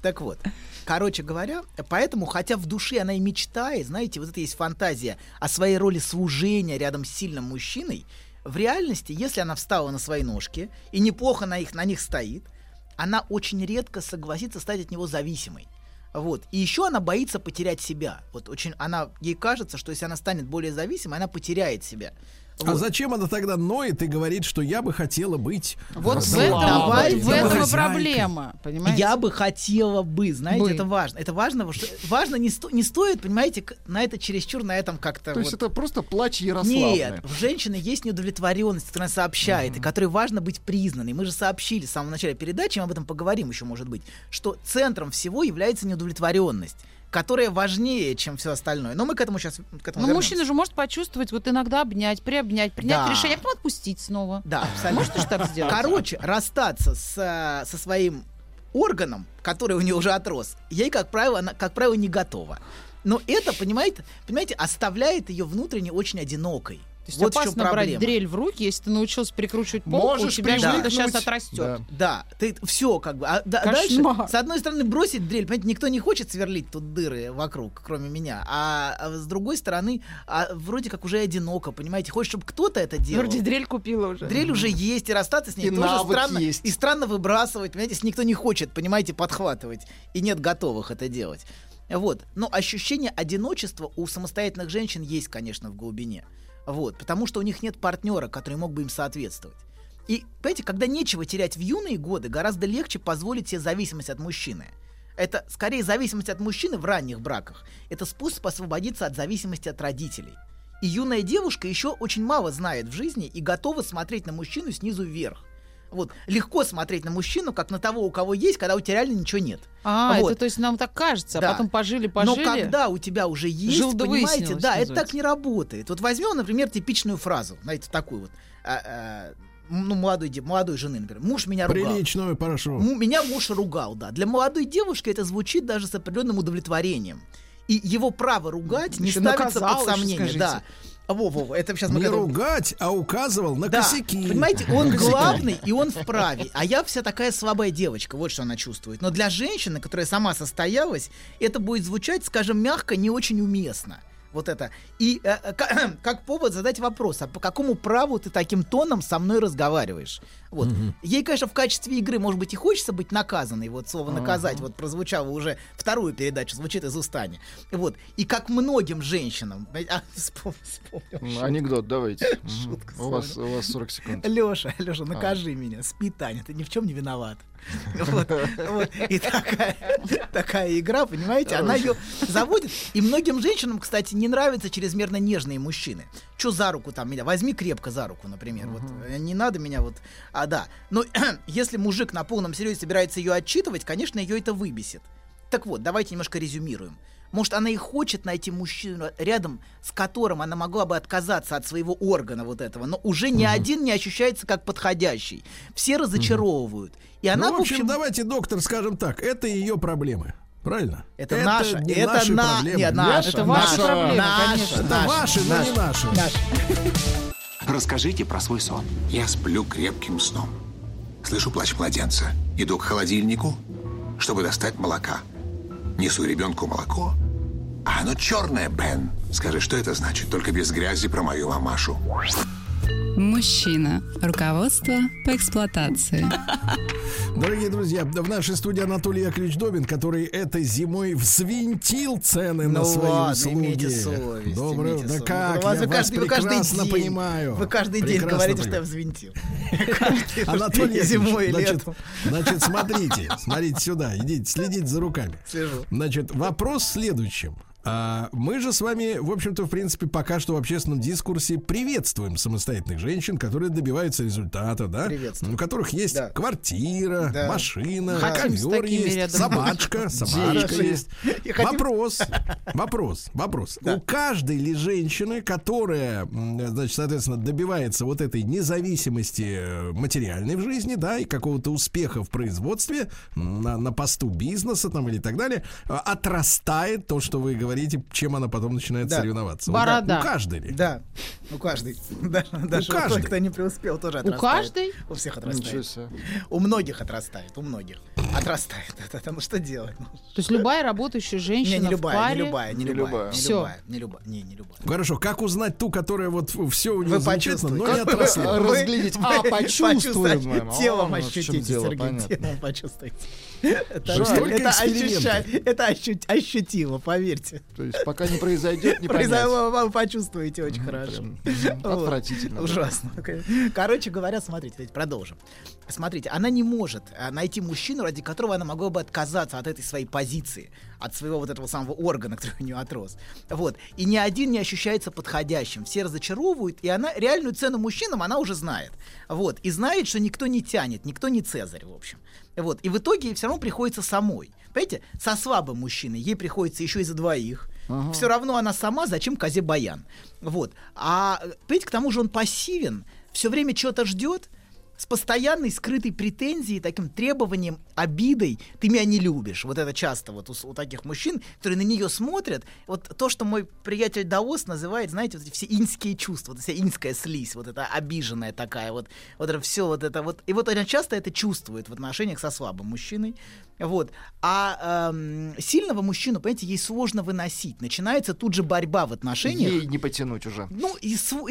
Speaker 7: Так вот. Короче говоря, поэтому, хотя в душе она и мечтает, знаете, вот это есть фантазия о своей роли служения рядом с сильным мужчиной, в реальности, если она встала на свои ножки и неплохо на, их, на них стоит, она очень редко согласится стать от него зависимой. Вот. И еще она боится потерять себя. Вот очень она, ей кажется, что если она станет более зависимой, она потеряет себя.
Speaker 5: А
Speaker 7: Вот.
Speaker 5: зачем она тогда ноет и говорит, что я бы хотела быть...
Speaker 8: Вот в
Speaker 5: э,
Speaker 8: этом,
Speaker 7: Давай,
Speaker 8: вот в этом и
Speaker 5: домохозяйкой?
Speaker 8: проблема, понимаете?
Speaker 7: Я бы хотела бы, знаете,
Speaker 8: Бы.
Speaker 7: это важно. Это важно, потому что важно не, сто- не стоит, понимаете, к- на это чересчур, на этом как-то.
Speaker 6: То есть
Speaker 7: вот.
Speaker 6: это просто плач Ярославны.
Speaker 7: Нет, в женщины есть неудовлетворенность, которая она сообщает, и которой важно быть признанной. Мы же сообщили в самом начале передачи, мы об этом поговорим еще, может быть, что центром всего является неудовлетворенность, которая важнее, чем все остальное. Но мы к этому сейчас к этому
Speaker 8: Но
Speaker 7: вернемся.
Speaker 8: мужчина Ну, же может почувствовать, вот иногда обнять, приобнять, принять
Speaker 7: Да.
Speaker 8: решение, а потом отпустить снова.
Speaker 7: Да, абсолютно.
Speaker 8: Можете же так сделать?
Speaker 7: Короче, расстаться с, э, со своим органом, который у нее уже отрос, ей, как правило, она, как правило, не готова. Но это, понимаете, понимаете, оставляет ее внутренне очень одинокой.
Speaker 8: То есть
Speaker 7: вот в чем
Speaker 8: опасно брать
Speaker 7: проблема.
Speaker 8: дрель в руки, если ты научился прикручивать полку,
Speaker 6: Можешь
Speaker 8: у тебя что-то
Speaker 6: привыкнуть.
Speaker 8: сейчас отрастет.
Speaker 6: Да.
Speaker 7: Да, ты все как бы. а да- дальше,
Speaker 8: Кошмар.
Speaker 7: с одной стороны, бросить дрель, понимаете, никто не хочет сверлить тут дыры вокруг, кроме меня. А, а с другой стороны, а, вроде как уже одиноко, понимаете, хочешь, чтобы кто-то это делал.
Speaker 8: Вроде дрель купила уже.
Speaker 7: Дрель уже есть, и расстаться с ней
Speaker 6: И
Speaker 7: тоже
Speaker 6: навык
Speaker 7: странно.
Speaker 6: есть.
Speaker 7: И странно выбрасывать, понимаете, если никто не хочет, понимаете, подхватывать. И нет готовых это делать. Вот. Но ощущение одиночества у самостоятельных женщин есть, конечно, в глубине. Вот. Потому что у них нет партнера, который мог бы им соответствовать. И, понимаете, когда нечего терять в юные годы, гораздо легче позволить себе зависимость от мужчины. Это скорее зависимость от мужчины в ранних браках. Это способ освободиться от зависимости от родителей. И юная девушка еще очень мало знает в жизни и готова смотреть на мужчину снизу вверх. Вот. Легко смотреть на мужчину, как на того, у кого есть, когда у тебя реально ничего нет.
Speaker 8: А,
Speaker 7: Вот.
Speaker 8: это то есть нам так кажется, а
Speaker 7: Да.
Speaker 8: потом пожили, пожили.
Speaker 7: Но когда у тебя уже есть,
Speaker 8: Жил да
Speaker 7: понимаете,
Speaker 8: выяснилось,
Speaker 7: да, это
Speaker 8: называется.
Speaker 7: так не работает. Вот возьмем, например, типичную фразу, знаете, такую вот. а, а, ну, молодой, де- молодой жены, например. Муж меня ругал.
Speaker 5: Приличную, хорошо.
Speaker 7: М- Меня муж ругал, да. Для молодой девушки это звучит даже с определенным удовлетворением. И его право ругать не
Speaker 8: Ещё
Speaker 7: ставится
Speaker 8: наказал
Speaker 7: под
Speaker 8: еще,
Speaker 7: сомнение.
Speaker 8: скажите.
Speaker 7: Да. Во-во, это сейчас мы
Speaker 5: Не
Speaker 7: к этому-
Speaker 5: ругать, а указывал на
Speaker 7: да,
Speaker 5: косяки.
Speaker 7: Понимаете, он главный, и он вправе. А я вся такая слабая девочка, вот что она чувствует. Но для женщины, которая сама состоялась, это будет звучать, скажем, мягко, не очень уместно. Вот это. И э, э, ка- как повод задать вопрос, а по какому праву ты таким тоном со мной разговариваешь? Вот. Ей, конечно, в качестве игры, может быть, и хочется быть наказанной. Вот слово наказать, вот прозвучало уже вторую передачу, звучит из устани. Вот. И как многим женщинам... А, вспом- вспомнил.
Speaker 6: Ну, Анекдот, давайте. Мгм.
Speaker 7: Шутка,
Speaker 6: У вас, у вас 40 секунд.
Speaker 7: Леша, Леша, накажи меня, спи, Таня, ты ни в чем не виноват. Вот, вот. И такая, такая игра, понимаете, она ее заводит. И многим женщинам, кстати, не нравятся чрезмерно нежные мужчины. Че за руку там меня? Возьми крепко за руку, например. Вот э, не надо меня вот. А да. Но если мужик на полном серьезе собирается ее отчитывать, конечно, ее это выбесит. Так вот, давайте немножко резюмируем. Может, она и хочет найти мужчину рядом, с которым она могла бы отказаться от своего органа вот этого, но уже ни один не ощущается как подходящий. Все разочаровывают. И она,
Speaker 5: ну, в общем, давайте, доктор, скажем так, это ее проблемы. Правильно?
Speaker 7: Это, наша,
Speaker 5: не
Speaker 7: это
Speaker 5: наши
Speaker 7: на-
Speaker 5: проблемы.
Speaker 7: не, наша,
Speaker 8: Это ваша
Speaker 7: наша,
Speaker 8: проблема,
Speaker 7: наша,
Speaker 8: конечно.
Speaker 5: Это
Speaker 7: наша,
Speaker 5: ваши, но не наши.
Speaker 7: наша.
Speaker 2: Расскажите про свой сон.
Speaker 3: Я сплю крепким сном. Слышу плач младенца. Иду к холодильнику, чтобы достать молока. Несу ребенку молоко. А оно черное, Бен. Скажи, что это значит? Только без грязи про мою мамашу.
Speaker 4: Мужчина. Руководство по эксплуатации.
Speaker 5: Дорогие друзья, в нашей студии Анатолий Яковлевич Добин, который этой зимой взвинтил цены на
Speaker 7: Ну
Speaker 5: свои
Speaker 7: ладно,
Speaker 5: услуги.
Speaker 7: имейте совесть.
Speaker 5: Доброе-
Speaker 7: имейте
Speaker 5: да
Speaker 7: совесть.
Speaker 5: как?
Speaker 7: Ну,
Speaker 5: я вас прекрасно понимаю.
Speaker 7: Вы каждый день
Speaker 5: Прекрасно
Speaker 7: говорите, что я
Speaker 5: понимаю.
Speaker 7: взвинтил.
Speaker 5: Анатолий
Speaker 7: Анатолий зимой и
Speaker 5: Яковлевич,
Speaker 7: летом
Speaker 5: Значит, значит, смотрите, смотрите сюда, идите, следите за руками.
Speaker 7: слежу.
Speaker 5: Значит, вопрос в следующем. А, мы же с вами, в общем-то, в принципе, пока что в общественном дискурсе приветствуем самостоятельных женщин, которые добиваются результата, да?
Speaker 7: Приветствуем.
Speaker 5: У которых есть
Speaker 7: Да.
Speaker 5: квартира,
Speaker 7: Да.
Speaker 5: машина,
Speaker 8: Да. Хотим с
Speaker 5: ковер
Speaker 8: такими
Speaker 5: есть,
Speaker 8: рядом
Speaker 5: собачка, собачка
Speaker 7: Деньги.
Speaker 5: есть.
Speaker 7: И хотим-
Speaker 5: Вопрос, вопрос, вопрос. У каждой ли женщины, которая, м, значит, соответственно, добивается вот этой независимости э, материальной в жизни, да, и какого-то успеха в производстве м, на, на посту бизнеса там или так далее, э, отрастает то, что вы говорите, чем она потом начинает
Speaker 7: Да.
Speaker 5: соревноваться? У-
Speaker 8: Борода.
Speaker 5: У, каждой ли?
Speaker 7: Да, ну у каждой. Даже,
Speaker 5: Ну
Speaker 7: даже у
Speaker 5: каждой.
Speaker 7: той, кто не преуспел, тоже отрастает.
Speaker 8: каждой?
Speaker 7: У всех
Speaker 6: Ничего
Speaker 7: отрастает.
Speaker 6: себе.
Speaker 7: У многих отрастает, у многих. Отрастает. Это, ну что делать? Ну,
Speaker 8: То есть любая работающая
Speaker 7: не,
Speaker 8: женщина
Speaker 7: не
Speaker 8: в
Speaker 7: любая,
Speaker 8: паре...
Speaker 7: не любая, не
Speaker 6: Не
Speaker 7: любая.
Speaker 6: любая.
Speaker 7: Не
Speaker 8: Всё.
Speaker 7: любая, не любая. Не, не любая.
Speaker 5: Хорошо, как узнать ту, которая вот все у нее
Speaker 7: Вы
Speaker 5: замечательно, но не
Speaker 7: почувствуете.
Speaker 5: отросла?
Speaker 7: Вы-
Speaker 6: Разглядеть.
Speaker 7: вы
Speaker 6: А,
Speaker 7: почувствуете,
Speaker 6: почувствуем. А,
Speaker 7: Телом ощутите, Сергей,
Speaker 6: Сергей.
Speaker 7: телом почувствуете. Это,
Speaker 5: Жаль. Столько
Speaker 7: это
Speaker 5: экспериментов.
Speaker 7: ощуща- это ощу- ощутимо, поверьте.
Speaker 6: То есть пока не произойдет, не понять.
Speaker 7: Произошло, Вы почувствуете очень хорошо.
Speaker 6: Прям,
Speaker 7: Вот.
Speaker 6: м, Отвратительно. да.
Speaker 7: Ужасно. Короче говоря, смотрите, давайте продолжим. Смотрите, она не может а, найти мужчину, ради которого она могла бы отказаться от этой своей позиции, от своего вот этого самого органа, который у нее отрос. Вот. И ни один не ощущается подходящим. Все разочаровывают, и она реальную цену мужчинам она уже знает. Вот. И знает, что никто не тянет, никто не цезарь, в общем. Вот. И в итоге ей все равно приходится самой. Понимаете, со слабым мужчиной ей приходится еще и за двоих. Все равно она сама, зачем козе баян. Вот. А, э, понимаете, к тому же он пассивен, все время чего-то ждет, с постоянной скрытой претензией, таким требованием, обидой, ты меня не любишь. Вот это часто вот у, с- у таких мужчин, которые на нее смотрят, вот то, что мой приятель Даос называет, знаете, вот эти все инские чувства, вот вся инская слизь, вот эта обиженная такая, вот, вот это все вот это вот. И вот она часто это чувствует в отношениях со слабым мужчиной. Вот. А эм, сильного мужчину, понимаете, ей сложно выносить. Начинается тут же борьба в отношениях.
Speaker 6: Ей не потянуть уже.
Speaker 7: Ну, и, все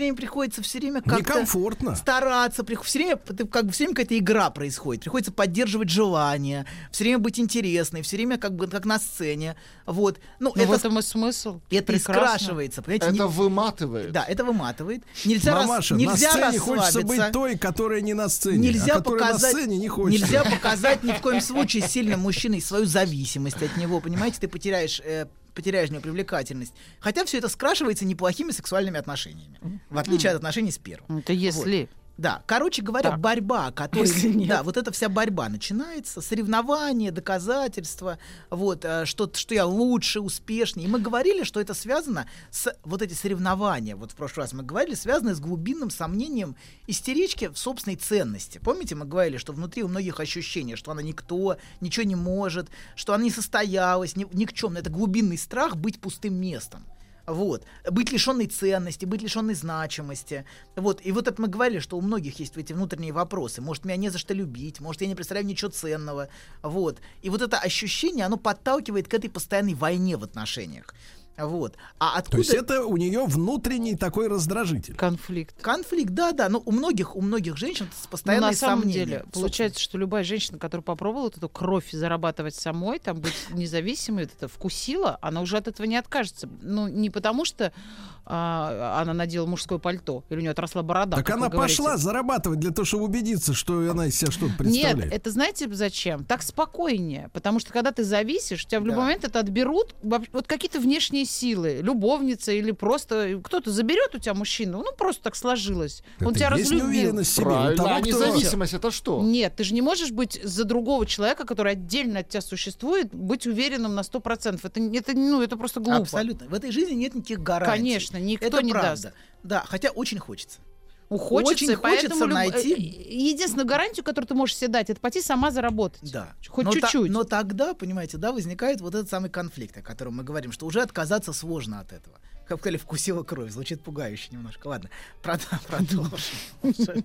Speaker 7: время приходится все время как-то
Speaker 5: Некомфортно.
Speaker 7: стараться, все время, ты как бы все время какая-то игра происходит, приходится поддерживать желание, все время быть интересной, все время как бы как на сцене, вот. Ну,
Speaker 8: Ну, в
Speaker 7: это,
Speaker 8: этом и смысл.
Speaker 7: это
Speaker 8: Прекрасно.
Speaker 7: искрашивается, понимаете?
Speaker 6: Это
Speaker 7: не-
Speaker 6: выматывает.
Speaker 7: да, это выматывает. Нельзя, рас-
Speaker 5: Мамаша,
Speaker 7: нельзя
Speaker 5: на сцене
Speaker 7: расслабиться.
Speaker 5: хочется быть той, которая не на сцене,
Speaker 7: Нельзя
Speaker 5: а которая
Speaker 7: показать,
Speaker 5: на сцене не хочется.
Speaker 7: нельзя показать ни в коем случае сильным мужчиной свою зависимость от него, понимаете, ты потеряешь э, потеряешь в нем привлекательность. Хотя все это скрашивается неплохими сексуальными отношениями, в отличие от отношений с первым.
Speaker 8: Это если...
Speaker 7: Да, короче говоря,
Speaker 8: Так.
Speaker 7: борьба, которая,
Speaker 8: Если нет.
Speaker 7: да, вот эта вся борьба начинается, соревнования, доказательства, вот э, что, что я лучше, успешнее. И мы говорили, что это связано с вот эти соревнования, вот в прошлый раз мы говорили, связаны с глубинным сомнением истерички в собственной ценности. Помните, мы говорили, что внутри у многих ощущение, что она никто, ничего не может, что она не состоялась, ни, ни к чему. Это глубинный страх быть пустым местом. Вот. Быть лишенной ценности, быть лишенной значимости. Вот. И вот это мы говорили, что у многих есть эти внутренние вопросы. Может, меня не за что любить, может, я не представляю ничего ценного. Вот. И вот это ощущение, оно подталкивает к этой постоянной войне в отношениях. Вот. А
Speaker 5: То
Speaker 7: откуда...
Speaker 5: есть это у нее внутренний такой раздражитель.
Speaker 8: Конфликт.
Speaker 7: Конфликт, да, да, но у многих, у многих женщин это
Speaker 8: Ну,
Speaker 7: постоянное
Speaker 8: на самом
Speaker 7: сомнение,
Speaker 8: деле,
Speaker 7: собственно.
Speaker 8: получается, что любая женщина, которая попробовала вот эту кровь зарабатывать самой, там быть независимой, вот это вкусила, она уже от этого не откажется. Ну, не потому что а, она надела мужское пальто, или у нее отросла борода.
Speaker 5: так
Speaker 8: как вы
Speaker 5: она
Speaker 8: говорите.
Speaker 5: пошла зарабатывать для того, чтобы убедиться, что она из себя что-то
Speaker 8: Нет,
Speaker 5: представляет.
Speaker 8: это знаете зачем? Так спокойнее. Потому что когда ты зависишь, у тебя в любой
Speaker 7: Да.
Speaker 8: момент это отберут во- вот какие-то внешние силы. Любовница или просто э, кто-то заберет у тебя мужчину. Ну, просто так сложилось. Он
Speaker 5: Это
Speaker 8: тебя
Speaker 5: и есть
Speaker 8: разлюбил.
Speaker 5: неуверенность в себе. У
Speaker 7: ну,
Speaker 5: того,
Speaker 6: Правильно. А
Speaker 5: кто-
Speaker 6: независимость это что?
Speaker 8: Нет, ты же не можешь быть за другого человека, который отдельно от тебя существует, быть уверенным на 100%. Это, не- это, ну, это просто глупо.
Speaker 7: Абсолютно. В этой жизни нет никаких гарантий.
Speaker 8: Конечно, никто
Speaker 7: это
Speaker 8: не
Speaker 7: правда.
Speaker 8: даст.
Speaker 7: Да, хотя очень хочется.
Speaker 8: Ну, Хочется,
Speaker 7: Очень
Speaker 8: и поэтому
Speaker 7: хочется
Speaker 8: люб-
Speaker 7: найти.
Speaker 8: э, э, Единственную гарантию, которую ты можешь себе дать, это пойти сама заработать.
Speaker 7: Да.
Speaker 8: Хоть
Speaker 7: но та-
Speaker 8: чуть-чуть.
Speaker 7: но тогда, понимаете, да, возникает вот этот самый конфликт, о котором мы говорим, что уже отказаться сложно от этого. Как сказали, вкусила кровь. Звучит пугающе немножко. Ладно, прод- продолжим.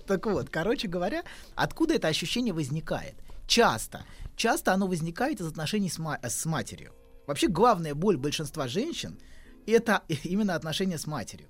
Speaker 7: Так вот, короче говоря, откуда это ощущение возникает? Часто. Часто оно возникает из отношений с ма- с матерью. Вообще главная боль большинства женщин — это именно отношения с матерью.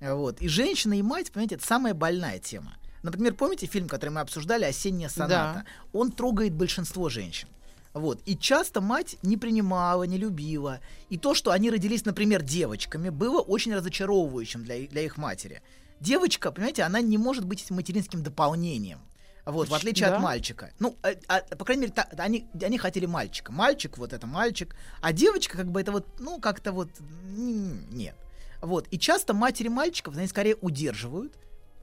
Speaker 7: Вот. И женщина, и мать, понимаете, это самая больная тема. Например, помните фильм, который мы обсуждали, «Осенняя соната»? Он трогает большинство женщин. Вот. И часто мать не принимала, не любила. И то, что они родились, например, девочками, было очень разочаровывающим для, и- для их матери. Девочка, понимаете, она не может быть этим материнским дополнением. Вот, в
Speaker 8: Поч-
Speaker 7: отличие
Speaker 8: да.
Speaker 7: от мальчика. Ну, а- а, по крайней мере, та- они, они хотели мальчика. Мальчик, вот это мальчик. А девочка, как бы это вот, ну, как-то вот, м, нет. Вот. И часто матери мальчиков, они скорее удерживают,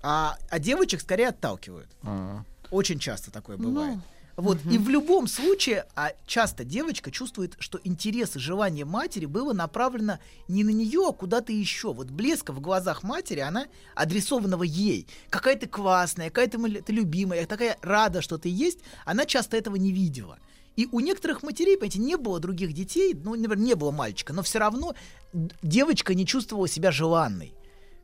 Speaker 7: а, а девочек скорее отталкивают.
Speaker 6: А.
Speaker 7: Очень часто такое бывает. Вот. И в любом случае, а часто девочка чувствует, что интерес и желание матери было направлено не на нее, а куда-то еще. Вот блеска в глазах матери, она адресованного ей. Какая ты классная, какая ты, мал- ты любимая, я такая рада, что ты есть. Она часто этого не видела. И у некоторых матерей, понимаете, не было других детей, ну, например, не было мальчика, но все равно д- девочка не чувствовала себя желанной,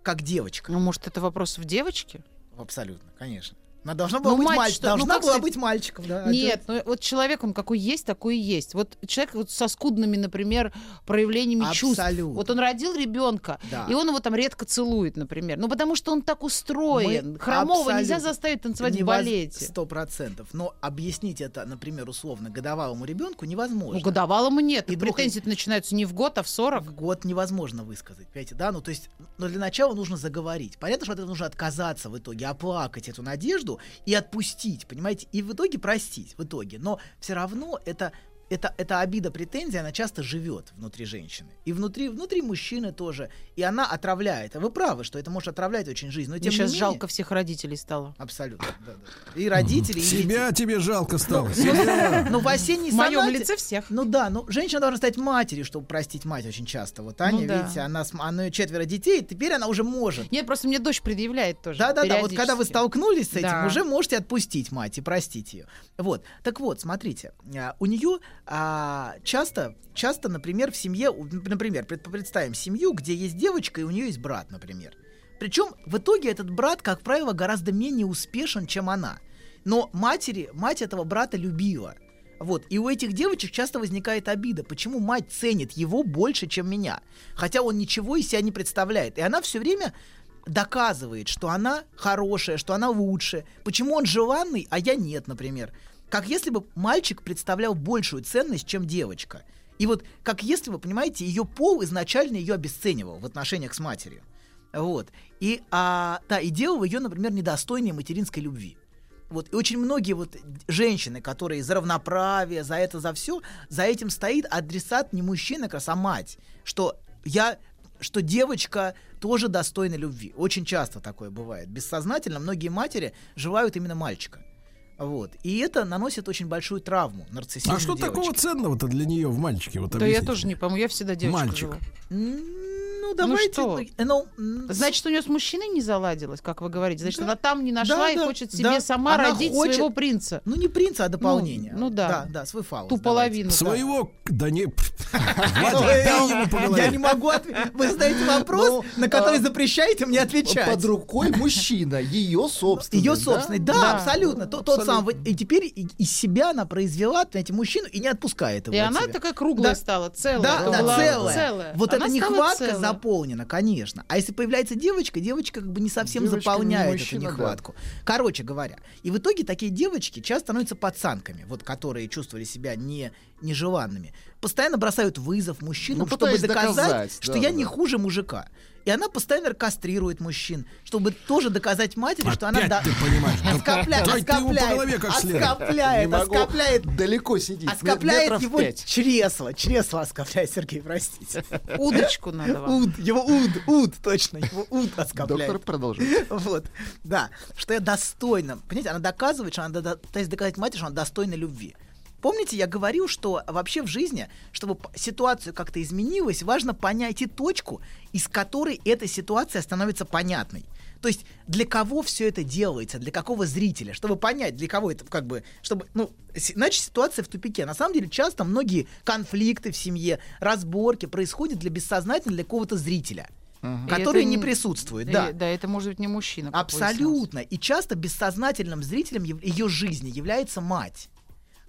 Speaker 7: как девочка.
Speaker 8: Ну, может, это вопрос в девочке?
Speaker 7: Абсолютно, конечно. Она должна была
Speaker 8: Ну,
Speaker 7: быть
Speaker 8: мать
Speaker 7: мальчиком.
Speaker 8: что- ну,
Speaker 7: Должна
Speaker 8: как
Speaker 7: была
Speaker 8: сказать-
Speaker 7: быть мальчиком, да. а
Speaker 8: Нет, ну вот человек, он какой есть, такой и есть. Вот человек вот со скудными, например, проявлениями
Speaker 7: Абсолютно.
Speaker 8: чувств. Вот он родил ребенка,
Speaker 7: Да.
Speaker 8: и он его там редко целует, например. Ну, потому что он так устроен.
Speaker 7: Мы
Speaker 8: Хромого нельзя
Speaker 7: абсолютно
Speaker 8: заставить танцевать в
Speaker 7: Невоз-
Speaker 8: балете. Ну,
Speaker 7: Сто процентов. Но объяснить это, например, условно годовалому ребенку
Speaker 8: Ну,
Speaker 7: невозможно.
Speaker 8: годовалому нет.
Speaker 7: И
Speaker 8: И
Speaker 7: вдруг-
Speaker 8: претензии начинаются не в год, а в 40.
Speaker 7: В год невозможно высказать, понимаете, да? Ну, то есть, но для начала нужно заговорить. Понятно, что от этого нужно отказаться в итоге, оплакать эту надежду и отпустить, понимаете? И в итоге простить, в итоге. Но все равно это это, эта обида, претензия, она часто живет внутри женщины. И внутри, внутри мужчины тоже. И она отравляет. А Вы правы, что это может отравлять очень жизнь. Но
Speaker 8: Мне
Speaker 7: тем не
Speaker 8: сейчас
Speaker 7: менее-
Speaker 8: жалко всех родителей стало.
Speaker 7: Абсолютно. Да, да. И родители, и дети.
Speaker 5: Себя тебе жалко стало. А
Speaker 7: Ну, в осенней
Speaker 8: В моем
Speaker 7: сонате-
Speaker 8: лице всех.
Speaker 7: Ну да, ну женщина должна стать матерью, чтобы простить мать очень часто. Вот Аня,
Speaker 8: Ну да.
Speaker 7: видите, она, с- она четверо детей, теперь она уже может.
Speaker 8: Нет, просто мне дочь предъявляет тоже.
Speaker 7: Да, да, да. Вот когда вы
Speaker 8: периодически.
Speaker 7: столкнулись с этим,
Speaker 8: Да.
Speaker 7: уже можете отпустить мать и простить ее. Вот. Так вот, смотрите, а, у нее а, часто, часто, например, в семье, у- например, пред- представим семью, где есть девочка и у нее есть брат, например. Причем в итоге этот брат, как правило, гораздо менее успешен, чем она. Но матери, мать этого брата любила. Вот. И у этих девочек часто возникает обида, почему мать ценит его больше, чем меня. Хотя он ничего из себя не представляет. И она все время доказывает, что она хорошая, что она лучше. Почему он желанный, а я нет, например. Как если бы мальчик представлял большую ценность, чем девочка. И вот как если бы, понимаете, ее пол изначально ее обесценивал в отношениях с матерью. Вот. И, а, да, и делал ее, например, недостойной материнской любви. Вот. И очень многие вот женщины, которые за равноправие, за это, за все, за этим стоит адресат не мужчина, как раз, а мать. Что я что девочка тоже достойна любви. Очень часто такое бывает. Бессознательно многие матери желают именно мальчика. Вот. И это наносит очень большую травму нарциссизму
Speaker 5: А что
Speaker 7: девочки.
Speaker 5: такого ценного-то для нее в мальчике? Вот
Speaker 8: Да я
Speaker 5: объясните.
Speaker 8: тоже не помню, я всегда девочка
Speaker 5: Мальчик.
Speaker 8: жила.
Speaker 7: М, Ну, давайте...
Speaker 8: что?
Speaker 7: э, ну, м,
Speaker 8: Значит, у нее с мужчиной не заладилось, как вы говорите. Значит,
Speaker 7: Да.
Speaker 8: она там не нашла
Speaker 7: Да,
Speaker 8: и
Speaker 7: да,
Speaker 8: хочет
Speaker 7: да.
Speaker 8: себе сама
Speaker 7: Она
Speaker 8: родить
Speaker 7: хочет-
Speaker 8: своего принца.
Speaker 7: Ну, не принца, а дополнение.
Speaker 8: Ну, ну да.
Speaker 7: Да, да, свой фаус.
Speaker 8: Ту
Speaker 7: давайте.
Speaker 8: половину. да.
Speaker 5: Своего... Да не...
Speaker 8: Ну,
Speaker 7: Ой,
Speaker 5: Вадик, дал ему по
Speaker 7: А, Я
Speaker 5: голове.
Speaker 7: не могу ответить. Вы задаете вопрос,
Speaker 6: Ну,
Speaker 7: на который
Speaker 6: а,
Speaker 7: запрещаете мне отвечать.
Speaker 6: Под рукой мужчина, ее собственный.
Speaker 7: Ее
Speaker 6: да?
Speaker 7: собственный, да,
Speaker 8: Да.
Speaker 7: абсолютно. Тот, тот
Speaker 6: Абсолютно.
Speaker 7: самый. И теперь и- из себя она произвела, знаете, мужчину и не отпускает его.
Speaker 8: И
Speaker 7: от
Speaker 8: она
Speaker 7: себя.
Speaker 8: такая круглая
Speaker 7: Да.
Speaker 8: стала, целая.
Speaker 7: Да,
Speaker 8: Это
Speaker 7: да,
Speaker 8: была
Speaker 7: целая. Вот
Speaker 8: Она
Speaker 7: эта
Speaker 8: стала
Speaker 7: нехватка
Speaker 8: целая.
Speaker 7: заполнена, конечно. А если появляется девочка, девочка как бы не совсем
Speaker 6: Девочка не
Speaker 7: заполняет
Speaker 6: мужчина, да.
Speaker 7: эту нехватку. Короче говоря, и в итоге такие девочки часто становятся пацанками, вот которые чувствовали себя не нежеланными. Постоянно бросают вызов мужчинам,
Speaker 6: Ну,
Speaker 7: чтобы
Speaker 6: пытаясь
Speaker 7: доказать,
Speaker 6: доказать,
Speaker 7: что
Speaker 6: да,
Speaker 7: я
Speaker 6: да,
Speaker 7: не
Speaker 6: да.
Speaker 7: хуже мужика. И она постоянно кастрирует мужчин, чтобы тоже доказать матери, что она... да- а
Speaker 5: Опять ты понимаешь. Да
Speaker 7: Оскопляет,
Speaker 5: дай ты его по
Speaker 7: оскопляет,
Speaker 5: голове как следует.
Speaker 7: оскопляет,
Speaker 6: Не могу
Speaker 7: оскопляет
Speaker 6: далеко сидеть. мет-
Speaker 7: Оскопляет
Speaker 6: метров
Speaker 7: А его
Speaker 6: пять.
Speaker 7: чресло. Чресло оскопляет, Сергей, простите.
Speaker 8: Удочку надо вам.
Speaker 7: Уд, его уд, уд, точно, его уд
Speaker 6: Доктор,
Speaker 7: оскопляет.
Speaker 6: продолжит.
Speaker 7: Вот, да, что я достойна. Понимаете, она доказывает, что она, до- до- пытается доказать матери, что она достойна любви. Помните, я говорил, что вообще в жизни, чтобы п- ситуацию как-то изменилась, важно понять и точку, из которой эта ситуация становится понятной. То есть для кого все это делается, для какого зрителя, чтобы понять, для кого это как бы, чтобы, ну, с- иначе ситуация в тупике. На самом деле часто многие конфликты в семье, разборки происходят для бессознательного, для какого-то зрителя,
Speaker 8: И
Speaker 7: который
Speaker 8: это
Speaker 7: не
Speaker 8: н-
Speaker 7: присутствует.
Speaker 8: и-
Speaker 7: да.
Speaker 8: Да, это может быть не мужчина. как выяснилось.
Speaker 7: Абсолютно. И часто бессознательным зрителем яв- ее жизни является мать.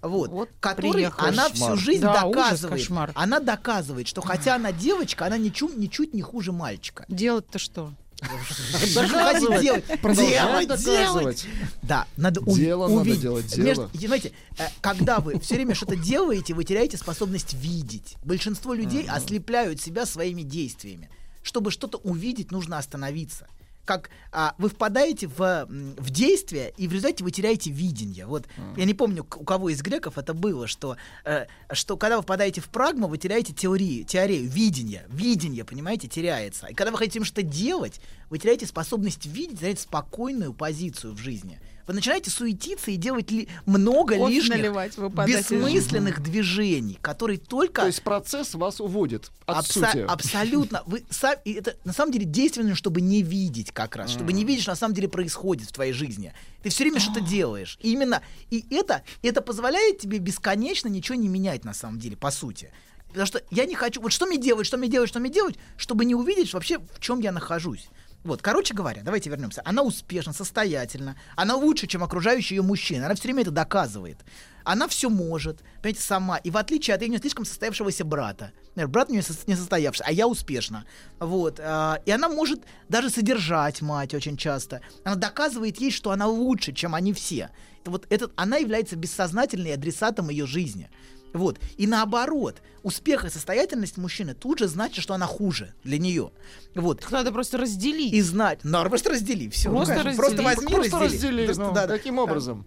Speaker 7: Вот,
Speaker 8: Вот
Speaker 7: которой
Speaker 8: приехал
Speaker 7: она всю
Speaker 6: кошмар.
Speaker 7: жизнь
Speaker 8: Да, ужас,
Speaker 7: доказывает.
Speaker 8: кошмар.
Speaker 7: она доказывает, что хотя она девочка, она ничуть, ничуть не хуже мальчика.
Speaker 8: Делать-то что?
Speaker 7: Даже хватит делать.
Speaker 6: Продолжай
Speaker 7: Делать, делать.
Speaker 6: доказывать.
Speaker 7: Да, надо у-
Speaker 6: Дело надо
Speaker 7: увидеть.
Speaker 6: делать, дело.
Speaker 7: Между- и знаете, э, когда вы все время что-то делаете, вы теряете способность видеть. Большинство людей ослепляют себя своими действиями. Чтобы что-то увидеть, нужно остановиться. Как а, вы впадаете в, м, в действие, и в результате вы теряете видение. Вот я не помню, к- у кого из греков это было, что, э, что когда вы впадаете в прагму, вы теряете теорию, теорию, видение. Видение, понимаете, теряется. И когда вы хотите что-то делать, вы теряете способность видеть, занять спокойную позицию в жизни. Вы начинаете суетиться и делать ли, много
Speaker 8: Кофе
Speaker 7: лишних
Speaker 8: наливать, выпадать из
Speaker 7: бессмысленных движений, которые только
Speaker 6: То есть процесс вас уводит от
Speaker 7: абсо-
Speaker 6: сути.
Speaker 7: абсолютно. Вы сам- и это на самом деле действенно, чтобы не видеть как раз, чтобы не видеть, что на самом деле происходит в твоей жизни. Ты все время
Speaker 6: А.
Speaker 7: что-то делаешь. И именно и это это позволяет тебе бесконечно ничего не менять на самом деле по сути. Потому что я не хочу. Вот что мне делать, что мне делать, что мне делать, чтобы не увидеть вообще, в чем я нахожусь. Вот, короче говоря, давайте вернемся. Она успешна, состоятельна, она лучше, чем окружающий ее мужчина. Она все время это доказывает. Она все может, понимаете, сама. И в отличие от ее слишком состоявшегося брата. Например, брат у нее сос- не состоявший, а я успешна. Вот. а, И она может даже содержать мать очень часто. Она доказывает ей, что она лучше, чем они все. Это вот этот, она является бессознательной адресатом ее жизни. Вот. И наоборот, успех и состоятельность мужчины тут же значит, что она хуже для нее. Вот
Speaker 8: Так надо просто разделить.
Speaker 7: и знать. Ну, а просто раздели, все.
Speaker 8: Просто
Speaker 7: просто
Speaker 8: раздели.
Speaker 7: возьми, и
Speaker 6: Просто
Speaker 7: раздели.
Speaker 6: раздели.
Speaker 7: Просто
Speaker 6: ну,
Speaker 7: да, да.
Speaker 6: Таким образом.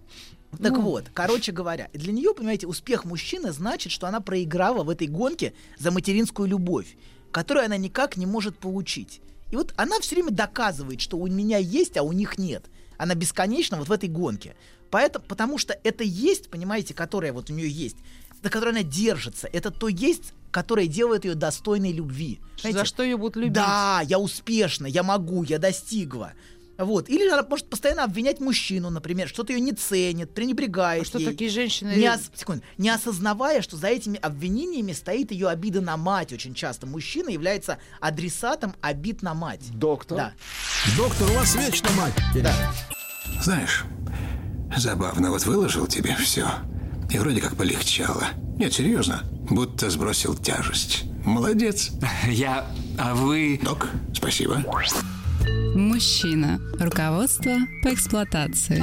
Speaker 6: Ну.
Speaker 7: Так вот, короче говоря, для нее, понимаете, успех мужчины значит, что она проиграла в этой гонке за материнскую любовь, которую она никак не может получить. И вот она все время доказывает, что у меня есть, а у них нет. Она бесконечно вот в этой гонке. Поэтому, потому что это есть, понимаете, которая вот у нее есть, на которой она держится, это то есть, которое делает ее достойной любви.
Speaker 8: За
Speaker 7: Понимаете?
Speaker 8: что ее будут любить?
Speaker 7: Да, я успешна, я могу, я достигла. Вот. Или она может постоянно обвинять мужчину, например, что-то ее не ценит, пренебрегает.
Speaker 8: А что
Speaker 7: ей.
Speaker 8: такие женщины...
Speaker 7: Не, ос- секунду, не осознавая, что за этими обвинениями стоит ее обида на мать очень часто. Мужчина является адресатом обид на мать.
Speaker 6: Доктор.
Speaker 7: Да.
Speaker 5: Доктор, у вас вечно мать.
Speaker 3: Знаешь, забавно, вот выложил тебе все. И вроде как полегчало. Нет, серьезно, будто сбросил тяжесть. Молодец.
Speaker 2: Я... А вы...
Speaker 3: Док, спасибо.
Speaker 4: Мужчина. Руководство по эксплуатации.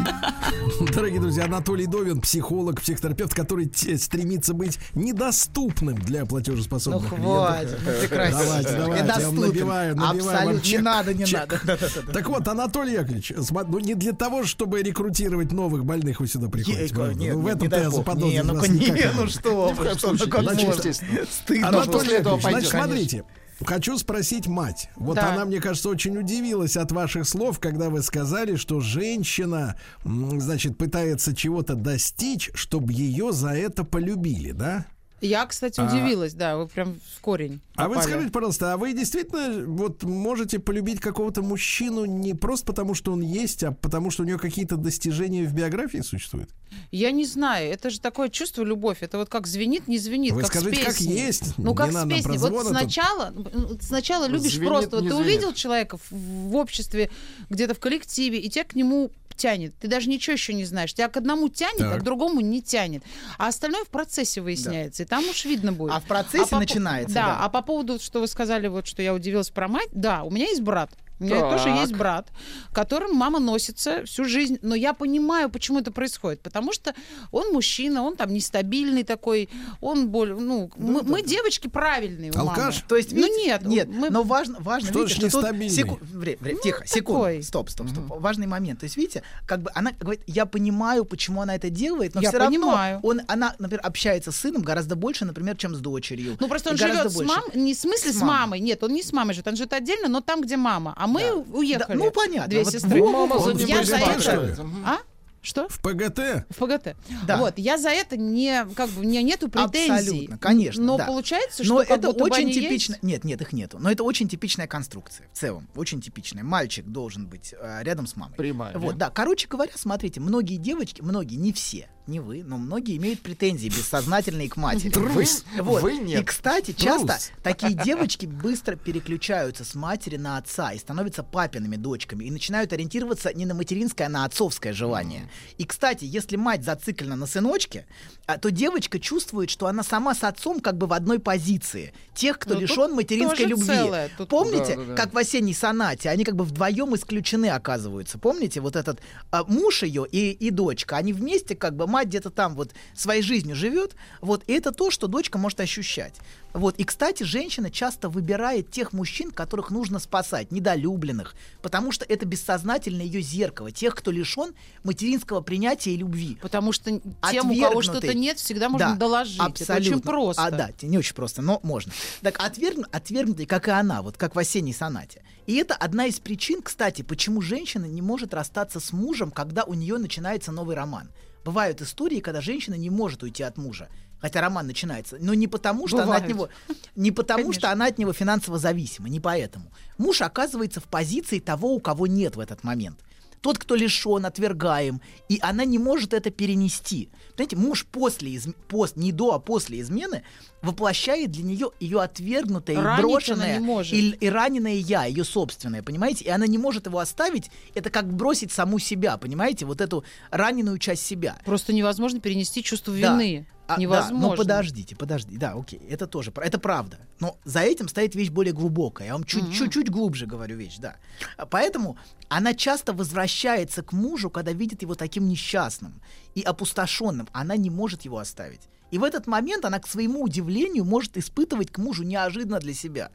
Speaker 5: Дорогие друзья, Анатолий Довин, психолог, психотерапевт, который те- стремится быть недоступным для
Speaker 7: Ну
Speaker 5: платежеспособных клиентов.
Speaker 7: хватит, ну прекрасно.
Speaker 5: Давайте, давайте, я вам
Speaker 7: Недоступен.
Speaker 5: набиваю, набиваю вам
Speaker 7: Абсолютно, не
Speaker 5: чек,
Speaker 7: надо, не
Speaker 5: чек.
Speaker 7: надо. Да-да-да.
Speaker 5: Так вот, Анатолий Яковлевич, сма- ну не для того, чтобы рекрутировать новых больных, вы сюда приходите.
Speaker 7: Е-
Speaker 5: правда?
Speaker 7: нет,
Speaker 5: ну, в
Speaker 7: нет,
Speaker 5: этом
Speaker 7: не дай
Speaker 5: я
Speaker 7: бог.
Speaker 5: заподозрил
Speaker 7: Не, ну-ка,
Speaker 5: вас
Speaker 7: не,
Speaker 5: никак.
Speaker 7: ну что ну, вы, что вы,
Speaker 6: случае,
Speaker 7: как
Speaker 6: значит,
Speaker 7: можно?
Speaker 6: естественно.
Speaker 7: Стыдно
Speaker 5: ну, Анатолий
Speaker 6: после этого
Speaker 5: Яковлевич, значит,
Speaker 6: пойдет.
Speaker 5: смотрите, хочу спросить мать. Вот
Speaker 8: Да.
Speaker 5: она, мне кажется, очень удивилась от ваших слов, когда вы сказали, что женщина, м, значит, пытается чего-то достичь, чтобы ее за это полюбили, да?
Speaker 8: Я, кстати,
Speaker 5: А.
Speaker 8: удивилась, да, вы прям в корень
Speaker 5: А вы
Speaker 8: попали.
Speaker 5: скажите, пожалуйста, а вы действительно вот можете полюбить какого-то мужчину не просто потому, что он есть, а потому, что у него какие-то достижения в биографии существуют?
Speaker 8: Я не знаю, это же такое чувство любовь. Это вот как звенит, не звенит,
Speaker 5: Вы
Speaker 8: как
Speaker 5: скажите,
Speaker 8: с
Speaker 5: как
Speaker 8: песней.
Speaker 5: есть,
Speaker 8: Ну
Speaker 5: не
Speaker 8: как
Speaker 5: надо
Speaker 8: с песней.
Speaker 5: про
Speaker 8: Вот
Speaker 5: звон
Speaker 8: сначала, м, сначала любишь
Speaker 6: Звенит,
Speaker 8: просто. Вот
Speaker 6: не
Speaker 8: ты
Speaker 6: звенит.
Speaker 8: увидел человека в, в обществе, где-то в коллективе, и тебя к нему тянет. Ты даже ничего еще не знаешь. Тебя к одному тянет, а
Speaker 5: Так.
Speaker 8: к другому не тянет. А остальное в процессе выясняется. И там уж видно будет.
Speaker 7: А в процессе
Speaker 8: по-
Speaker 7: начинается,
Speaker 8: Да,
Speaker 7: да.
Speaker 8: а по поводу, что вы сказали, вот что я удивилась про мать. Да, у меня есть брат. У меня
Speaker 6: Так.
Speaker 8: тоже есть брат, которым мама носится всю жизнь. Но я понимаю, почему это происходит. Потому что он мужчина, он там нестабильный такой, он более... Ну, мы, мы девочки правильные у мамы.
Speaker 5: Алкаш?
Speaker 7: То есть,
Speaker 8: Ну
Speaker 7: видите,
Speaker 8: нет,
Speaker 7: нет,
Speaker 8: мы- Ну,
Speaker 7: но важно, важно,
Speaker 5: Что
Speaker 7: видите,
Speaker 5: ж
Speaker 7: что тут
Speaker 5: нестабильный?
Speaker 7: секу- вре- вре- тихо, секунду,
Speaker 8: такой.
Speaker 7: стоп, стоп, стоп, важный момент. То есть, видите, как бы она говорит, я понимаю, почему она это делает, но
Speaker 8: Я
Speaker 7: все
Speaker 8: понимаю.
Speaker 7: равно он, она, например, общается с сыном гораздо больше, например, чем с дочерью.
Speaker 8: Ну просто
Speaker 7: И
Speaker 8: он
Speaker 7: гораздо
Speaker 8: живет с
Speaker 7: больше.
Speaker 8: мамой, не в смысле
Speaker 7: С
Speaker 8: с,
Speaker 7: мамой.
Speaker 8: мамой, нет, он не с мамой живет, он живет отдельно, но там, где мама. А мы
Speaker 7: Да.
Speaker 8: у- уехали.
Speaker 7: Да, ну, понятно.
Speaker 8: Две
Speaker 7: Вот
Speaker 8: сестры.
Speaker 7: Вова,
Speaker 6: Мама
Speaker 7: он
Speaker 5: за
Speaker 8: я
Speaker 5: ним
Speaker 8: за
Speaker 5: пойдёт,
Speaker 8: это.
Speaker 5: что ли?
Speaker 6: Мгм.
Speaker 8: А? Что?
Speaker 5: В ПГТ?
Speaker 8: В ПГТ.
Speaker 7: Да.
Speaker 8: Вот, я за это не, как бы, у меня нету претензий.
Speaker 7: Абсолютно, конечно,
Speaker 8: Но
Speaker 7: да.
Speaker 8: получается, что
Speaker 7: Но
Speaker 8: как
Speaker 7: это
Speaker 8: будто бы
Speaker 7: очень
Speaker 8: они есть.
Speaker 7: типично. Нет, нет, их нету. Но это очень типичная конструкция в целом, очень типичная. Мальчик должен быть э, рядом с мамой.
Speaker 6: Прямая.
Speaker 7: Вот, да. Короче говоря, смотрите, многие девочки, многие, не все, не вы, но многие имеют претензии бессознательные к матери.
Speaker 6: Трус.
Speaker 7: Вот.
Speaker 6: Вы
Speaker 7: И,
Speaker 6: нет.
Speaker 7: кстати, часто такие девочки быстро переключаются с матери на отца и становятся папиными дочками и начинают ориентироваться не на материнское, а на отцовское желание. И, кстати, если мать зациклена на сыночке, а, то девочка чувствует, что она сама с отцом как бы в одной позиции. Тех, кто
Speaker 8: Ну, тут
Speaker 7: лишен материнской
Speaker 8: тоже
Speaker 7: любви.
Speaker 8: целое. Тут-
Speaker 7: Помните,
Speaker 6: Да, да, да.
Speaker 7: как в осенней сонате, они как бы вдвоем исключены оказываются. Помните, вот этот а, муж ее и, и дочка, они вместе как бы мать где-то там вот своей жизнью живет. Вот и это то, что дочка может ощущать. Вот и кстати, женщина часто выбирает тех мужчин, которых нужно спасать, недолюбленных, потому что это бессознательно ее зеркало, тех, кто лишен материнского принятия и любви.
Speaker 8: Потому что тем, у кого что-то
Speaker 7: Отвергнутый.
Speaker 8: нет, всегда можно
Speaker 7: Да,
Speaker 8: доложить. Это очень просто.
Speaker 7: А, да, те- не очень просто, но можно. Так, отвергну- отвергнутый, как и она, вот как в осенней сонате. И это одна из причин, кстати, почему женщина не может расстаться с мужем, когда у нее начинается новый роман. Бывают истории, когда женщина не может уйти от мужа, хотя роман начинается, но не потому, что она от
Speaker 8: Бывают.
Speaker 7: него, не потому, что
Speaker 8: Конечно.
Speaker 7: она от него финансово зависима, не поэтому. Муж оказывается в позиции того, у кого нет в этот момент. Тот, кто лишен, отвергаем, и она не может это перенести. Знаете, муж после изм- пос- не до, а после измены воплощает для нее ее отвергнутое, и
Speaker 8: Ранить она
Speaker 7: брошенное
Speaker 8: не может.
Speaker 7: и, и раненое я, ее собственное, понимаете? И она не может его оставить. Это как бросить саму себя, понимаете? Вот эту раненую часть себя.
Speaker 8: Просто невозможно перенести чувство
Speaker 7: Да.
Speaker 8: вины.
Speaker 7: А, да,
Speaker 8: Невозможно.
Speaker 7: ну подождите, подождите. Да, окей, это тоже, пра- это правда. Но за этим стоит вещь более глубокая. Я вам чуть- чуть-чуть глубже говорю вещь, да. А Поэтому она часто возвращается к мужу, когда видит его таким несчастным и опустошенным. Она не может его оставить. И в этот момент она, к своему удивлению, может испытывать к мужу неожиданно для себя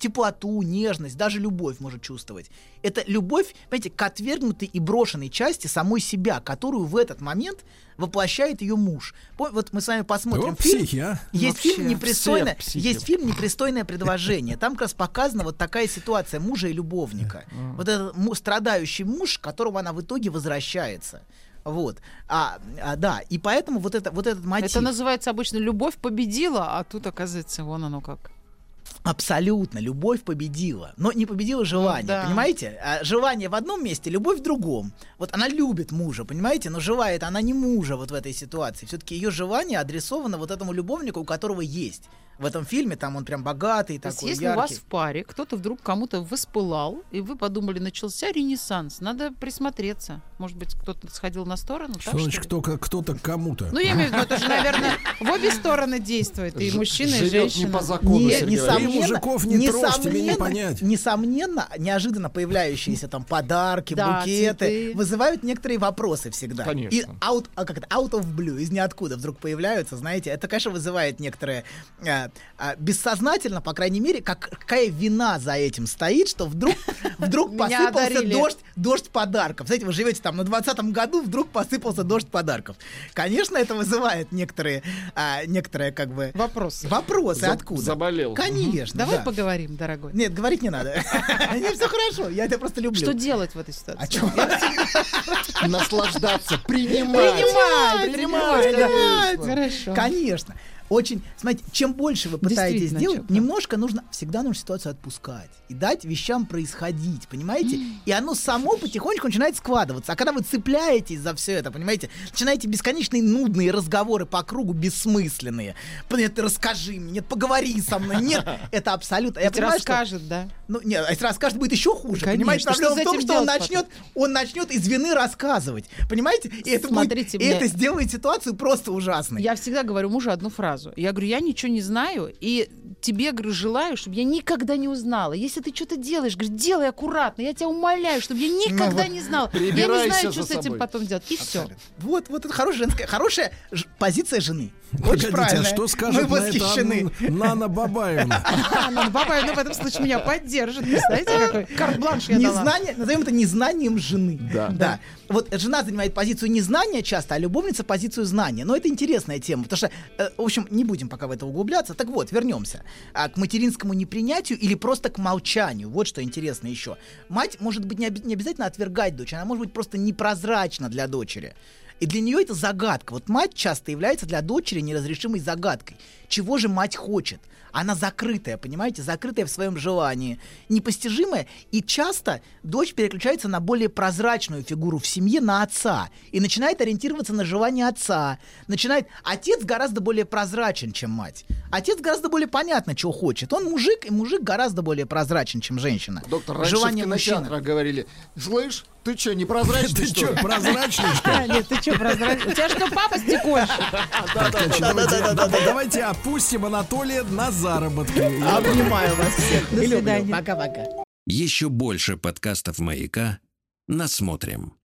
Speaker 7: теплоту, нежность, даже любовь может чувствовать. Это любовь, понимаете, к отвергнутой и брошенной части самой себя, которую в этот момент воплощает ее муж. Пом- Вот мы с вами посмотрим
Speaker 5: О,
Speaker 7: фильм.
Speaker 5: психи, а?
Speaker 7: Есть
Speaker 6: Ну, Вообще,
Speaker 7: фильм непристойное,
Speaker 6: все психи.
Speaker 7: есть фильм непристойное предложение. Там как раз показана вот такая ситуация мужа и любовника.
Speaker 6: Э,
Speaker 7: Вот этот му- страдающий муж, к которому она в итоге возвращается. Вот, а, а, да, и поэтому вот это вот этот мотив.
Speaker 8: Это называется обычно «любовь победила», а тут, оказывается, вон оно как.
Speaker 7: Абсолютно, любовь победила, но не победила желание,
Speaker 8: Ну да.
Speaker 7: понимаете? А желание в одном месте, любовь в другом. Вот она любит мужа, понимаете, но желает она не мужа вот в этой ситуации. Все-таки ее желание адресовано вот этому любовнику, у которого есть. В этом фильме там он прям богатый
Speaker 8: То есть,
Speaker 7: такой,
Speaker 8: если у вас
Speaker 7: яркий.
Speaker 8: в паре кто-то вдруг кому-то воспылал, и вы подумали, начался ренессанс, надо присмотреться. Может быть, кто-то сходил на сторону, так,
Speaker 5: Что значит
Speaker 8: ли?
Speaker 5: кто, кто-то к кому-то?
Speaker 8: Ну, я имею в виду, это же, наверное, в обе стороны действует, и
Speaker 6: Ж-
Speaker 8: мужчина, и
Speaker 6: живет
Speaker 8: женщина.
Speaker 6: не по закону,
Speaker 7: Не-
Speaker 6: Сергей
Speaker 7: несомненно,
Speaker 6: Валерьевич.
Speaker 5: Ты мужиков не трожь, тебе не
Speaker 7: несомненно-
Speaker 5: понять.
Speaker 7: Несомненно, неожиданно появляющиеся там подарки,
Speaker 8: Да,
Speaker 7: букеты
Speaker 8: цветы.
Speaker 7: вызывают некоторые вопросы всегда.
Speaker 6: Конечно.
Speaker 7: И out, а как это, out of blue, из ниоткуда вдруг появляются, знаете, это, конечно, вызывает некоторые... э, а, бессознательно, по крайней мере, как, какая вина за этим стоит, что вдруг, вдруг
Speaker 8: Меня
Speaker 7: посыпался
Speaker 8: одарили.
Speaker 7: дождь, дождь подарков. Знаете, вы живете там на 20 году, вдруг посыпался дождь подарков. Конечно, это вызывает некоторые, а, некоторые как бы...
Speaker 8: Вопрос.
Speaker 7: Вопросы
Speaker 6: Заб-
Speaker 7: откуда?
Speaker 6: заболел.
Speaker 7: Конечно.
Speaker 8: Давай
Speaker 7: да.
Speaker 8: поговорим, дорогой.
Speaker 7: Нет, говорить не надо. Не все хорошо. Я тебя просто люблю.
Speaker 8: Что делать в этой ситуации?
Speaker 7: А чё?
Speaker 6: Наслаждаться, принимать.
Speaker 7: Принимай,
Speaker 8: Принимай, принимай,
Speaker 7: принимай.
Speaker 8: да. Хорошо.
Speaker 7: Конечно. Очень, смотрите, чем больше вы пытаетесь
Speaker 8: Действительно,
Speaker 7: делать,
Speaker 8: чё, да.
Speaker 7: немножко нужно, всегда нужно ситуацию отпускать и дать вещам происходить, понимаете? И оно само потихонечку начинает складываться. А когда вы цепляетесь за все это, понимаете, начинаете бесконечные нудные разговоры по кругу бессмысленные. Нет, расскажи мне, нет, поговори со мной, нет, это абсолютно. Я
Speaker 8: Ведь
Speaker 7: понимаю, что-
Speaker 8: расскажет, да.
Speaker 7: Ну, нет, а если расскажет, будет еще хуже.
Speaker 8: Конечно,
Speaker 7: понимаете,
Speaker 8: что
Speaker 7: проблема
Speaker 8: за
Speaker 7: в том,
Speaker 8: этим
Speaker 7: что он
Speaker 8: делать
Speaker 7: начнет, он начнет из вины рассказывать. Понимаете? И это, будет-
Speaker 8: Смотрите,
Speaker 7: и
Speaker 8: мне-
Speaker 7: это сделает ситуацию просто ужасной.
Speaker 8: Я всегда говорю мужу одну фразу. Я говорю, я ничего не знаю, и тебе, говорю, желаю, чтобы я никогда не узнала. Если ты что-то делаешь, говорю, делай аккуратно, я тебя умоляю, чтобы я никогда
Speaker 6: Ну вот
Speaker 8: не знала. Я не
Speaker 6: прибирайся
Speaker 8: знаю, что
Speaker 6: за
Speaker 8: с этим
Speaker 6: собой.
Speaker 8: потом делать. И все.
Speaker 7: Вот, вот это хорошая женская, хорошая ж- позиция жены.
Speaker 5: Погодите,
Speaker 7: Очень правильно.
Speaker 5: а что скажет
Speaker 7: Мы
Speaker 5: на это
Speaker 7: восхищены.
Speaker 5: Анна- Нана
Speaker 8: А
Speaker 5: Бабаевна?
Speaker 8: Анна Бабаевна ну в этом случае меня поддержит. Представляете, какой карт-бланш я дала?
Speaker 7: Незнание, назовем это незнанием жены.
Speaker 6: Да.
Speaker 7: да. Вот жена занимает позицию незнания часто, а любовница позицию знания. Но это интересная тема, потому что, э, в общем, общем, не будем пока в это углубляться. Так вот, вернемся. А, к материнскому непринятию или просто к молчанию. Вот что интересно еще. Мать может быть не, оби- не обязательно отвергать дочь, она может быть просто непрозрачна для дочери. И для нее это загадка. Вот мать часто является для дочери неразрешимой загадкой. Чего же мать хочет? Она закрытая, понимаете, закрытая в своем желании, непостижимая, и часто дочь переключается на более прозрачную фигуру в семье, на отца, и начинает ориентироваться на желание отца, начинает... Отец гораздо более прозрачен, чем мать. Отец гораздо более понятно, чего хочет. Он мужик, и мужик гораздо более прозрачен, чем женщина.
Speaker 6: Доктор, раньше в кинотеатрах говорили, слышь, ты что, непрозрачный,
Speaker 5: Ты
Speaker 6: что
Speaker 5: что,
Speaker 6: ли?»
Speaker 5: прозрачный, что ли?
Speaker 8: Нет, ты что, прозрачный? У тебя что, папа стекольщик?
Speaker 5: Так, значит, давайте- да- Давайте опустим Анатолия на заработки.
Speaker 7: Обнимаю вас всех.
Speaker 8: До
Speaker 7: И люблю.
Speaker 8: свидания.
Speaker 7: Пока-пока.
Speaker 1: Еще больше подкастов «Маяка» насмотрим.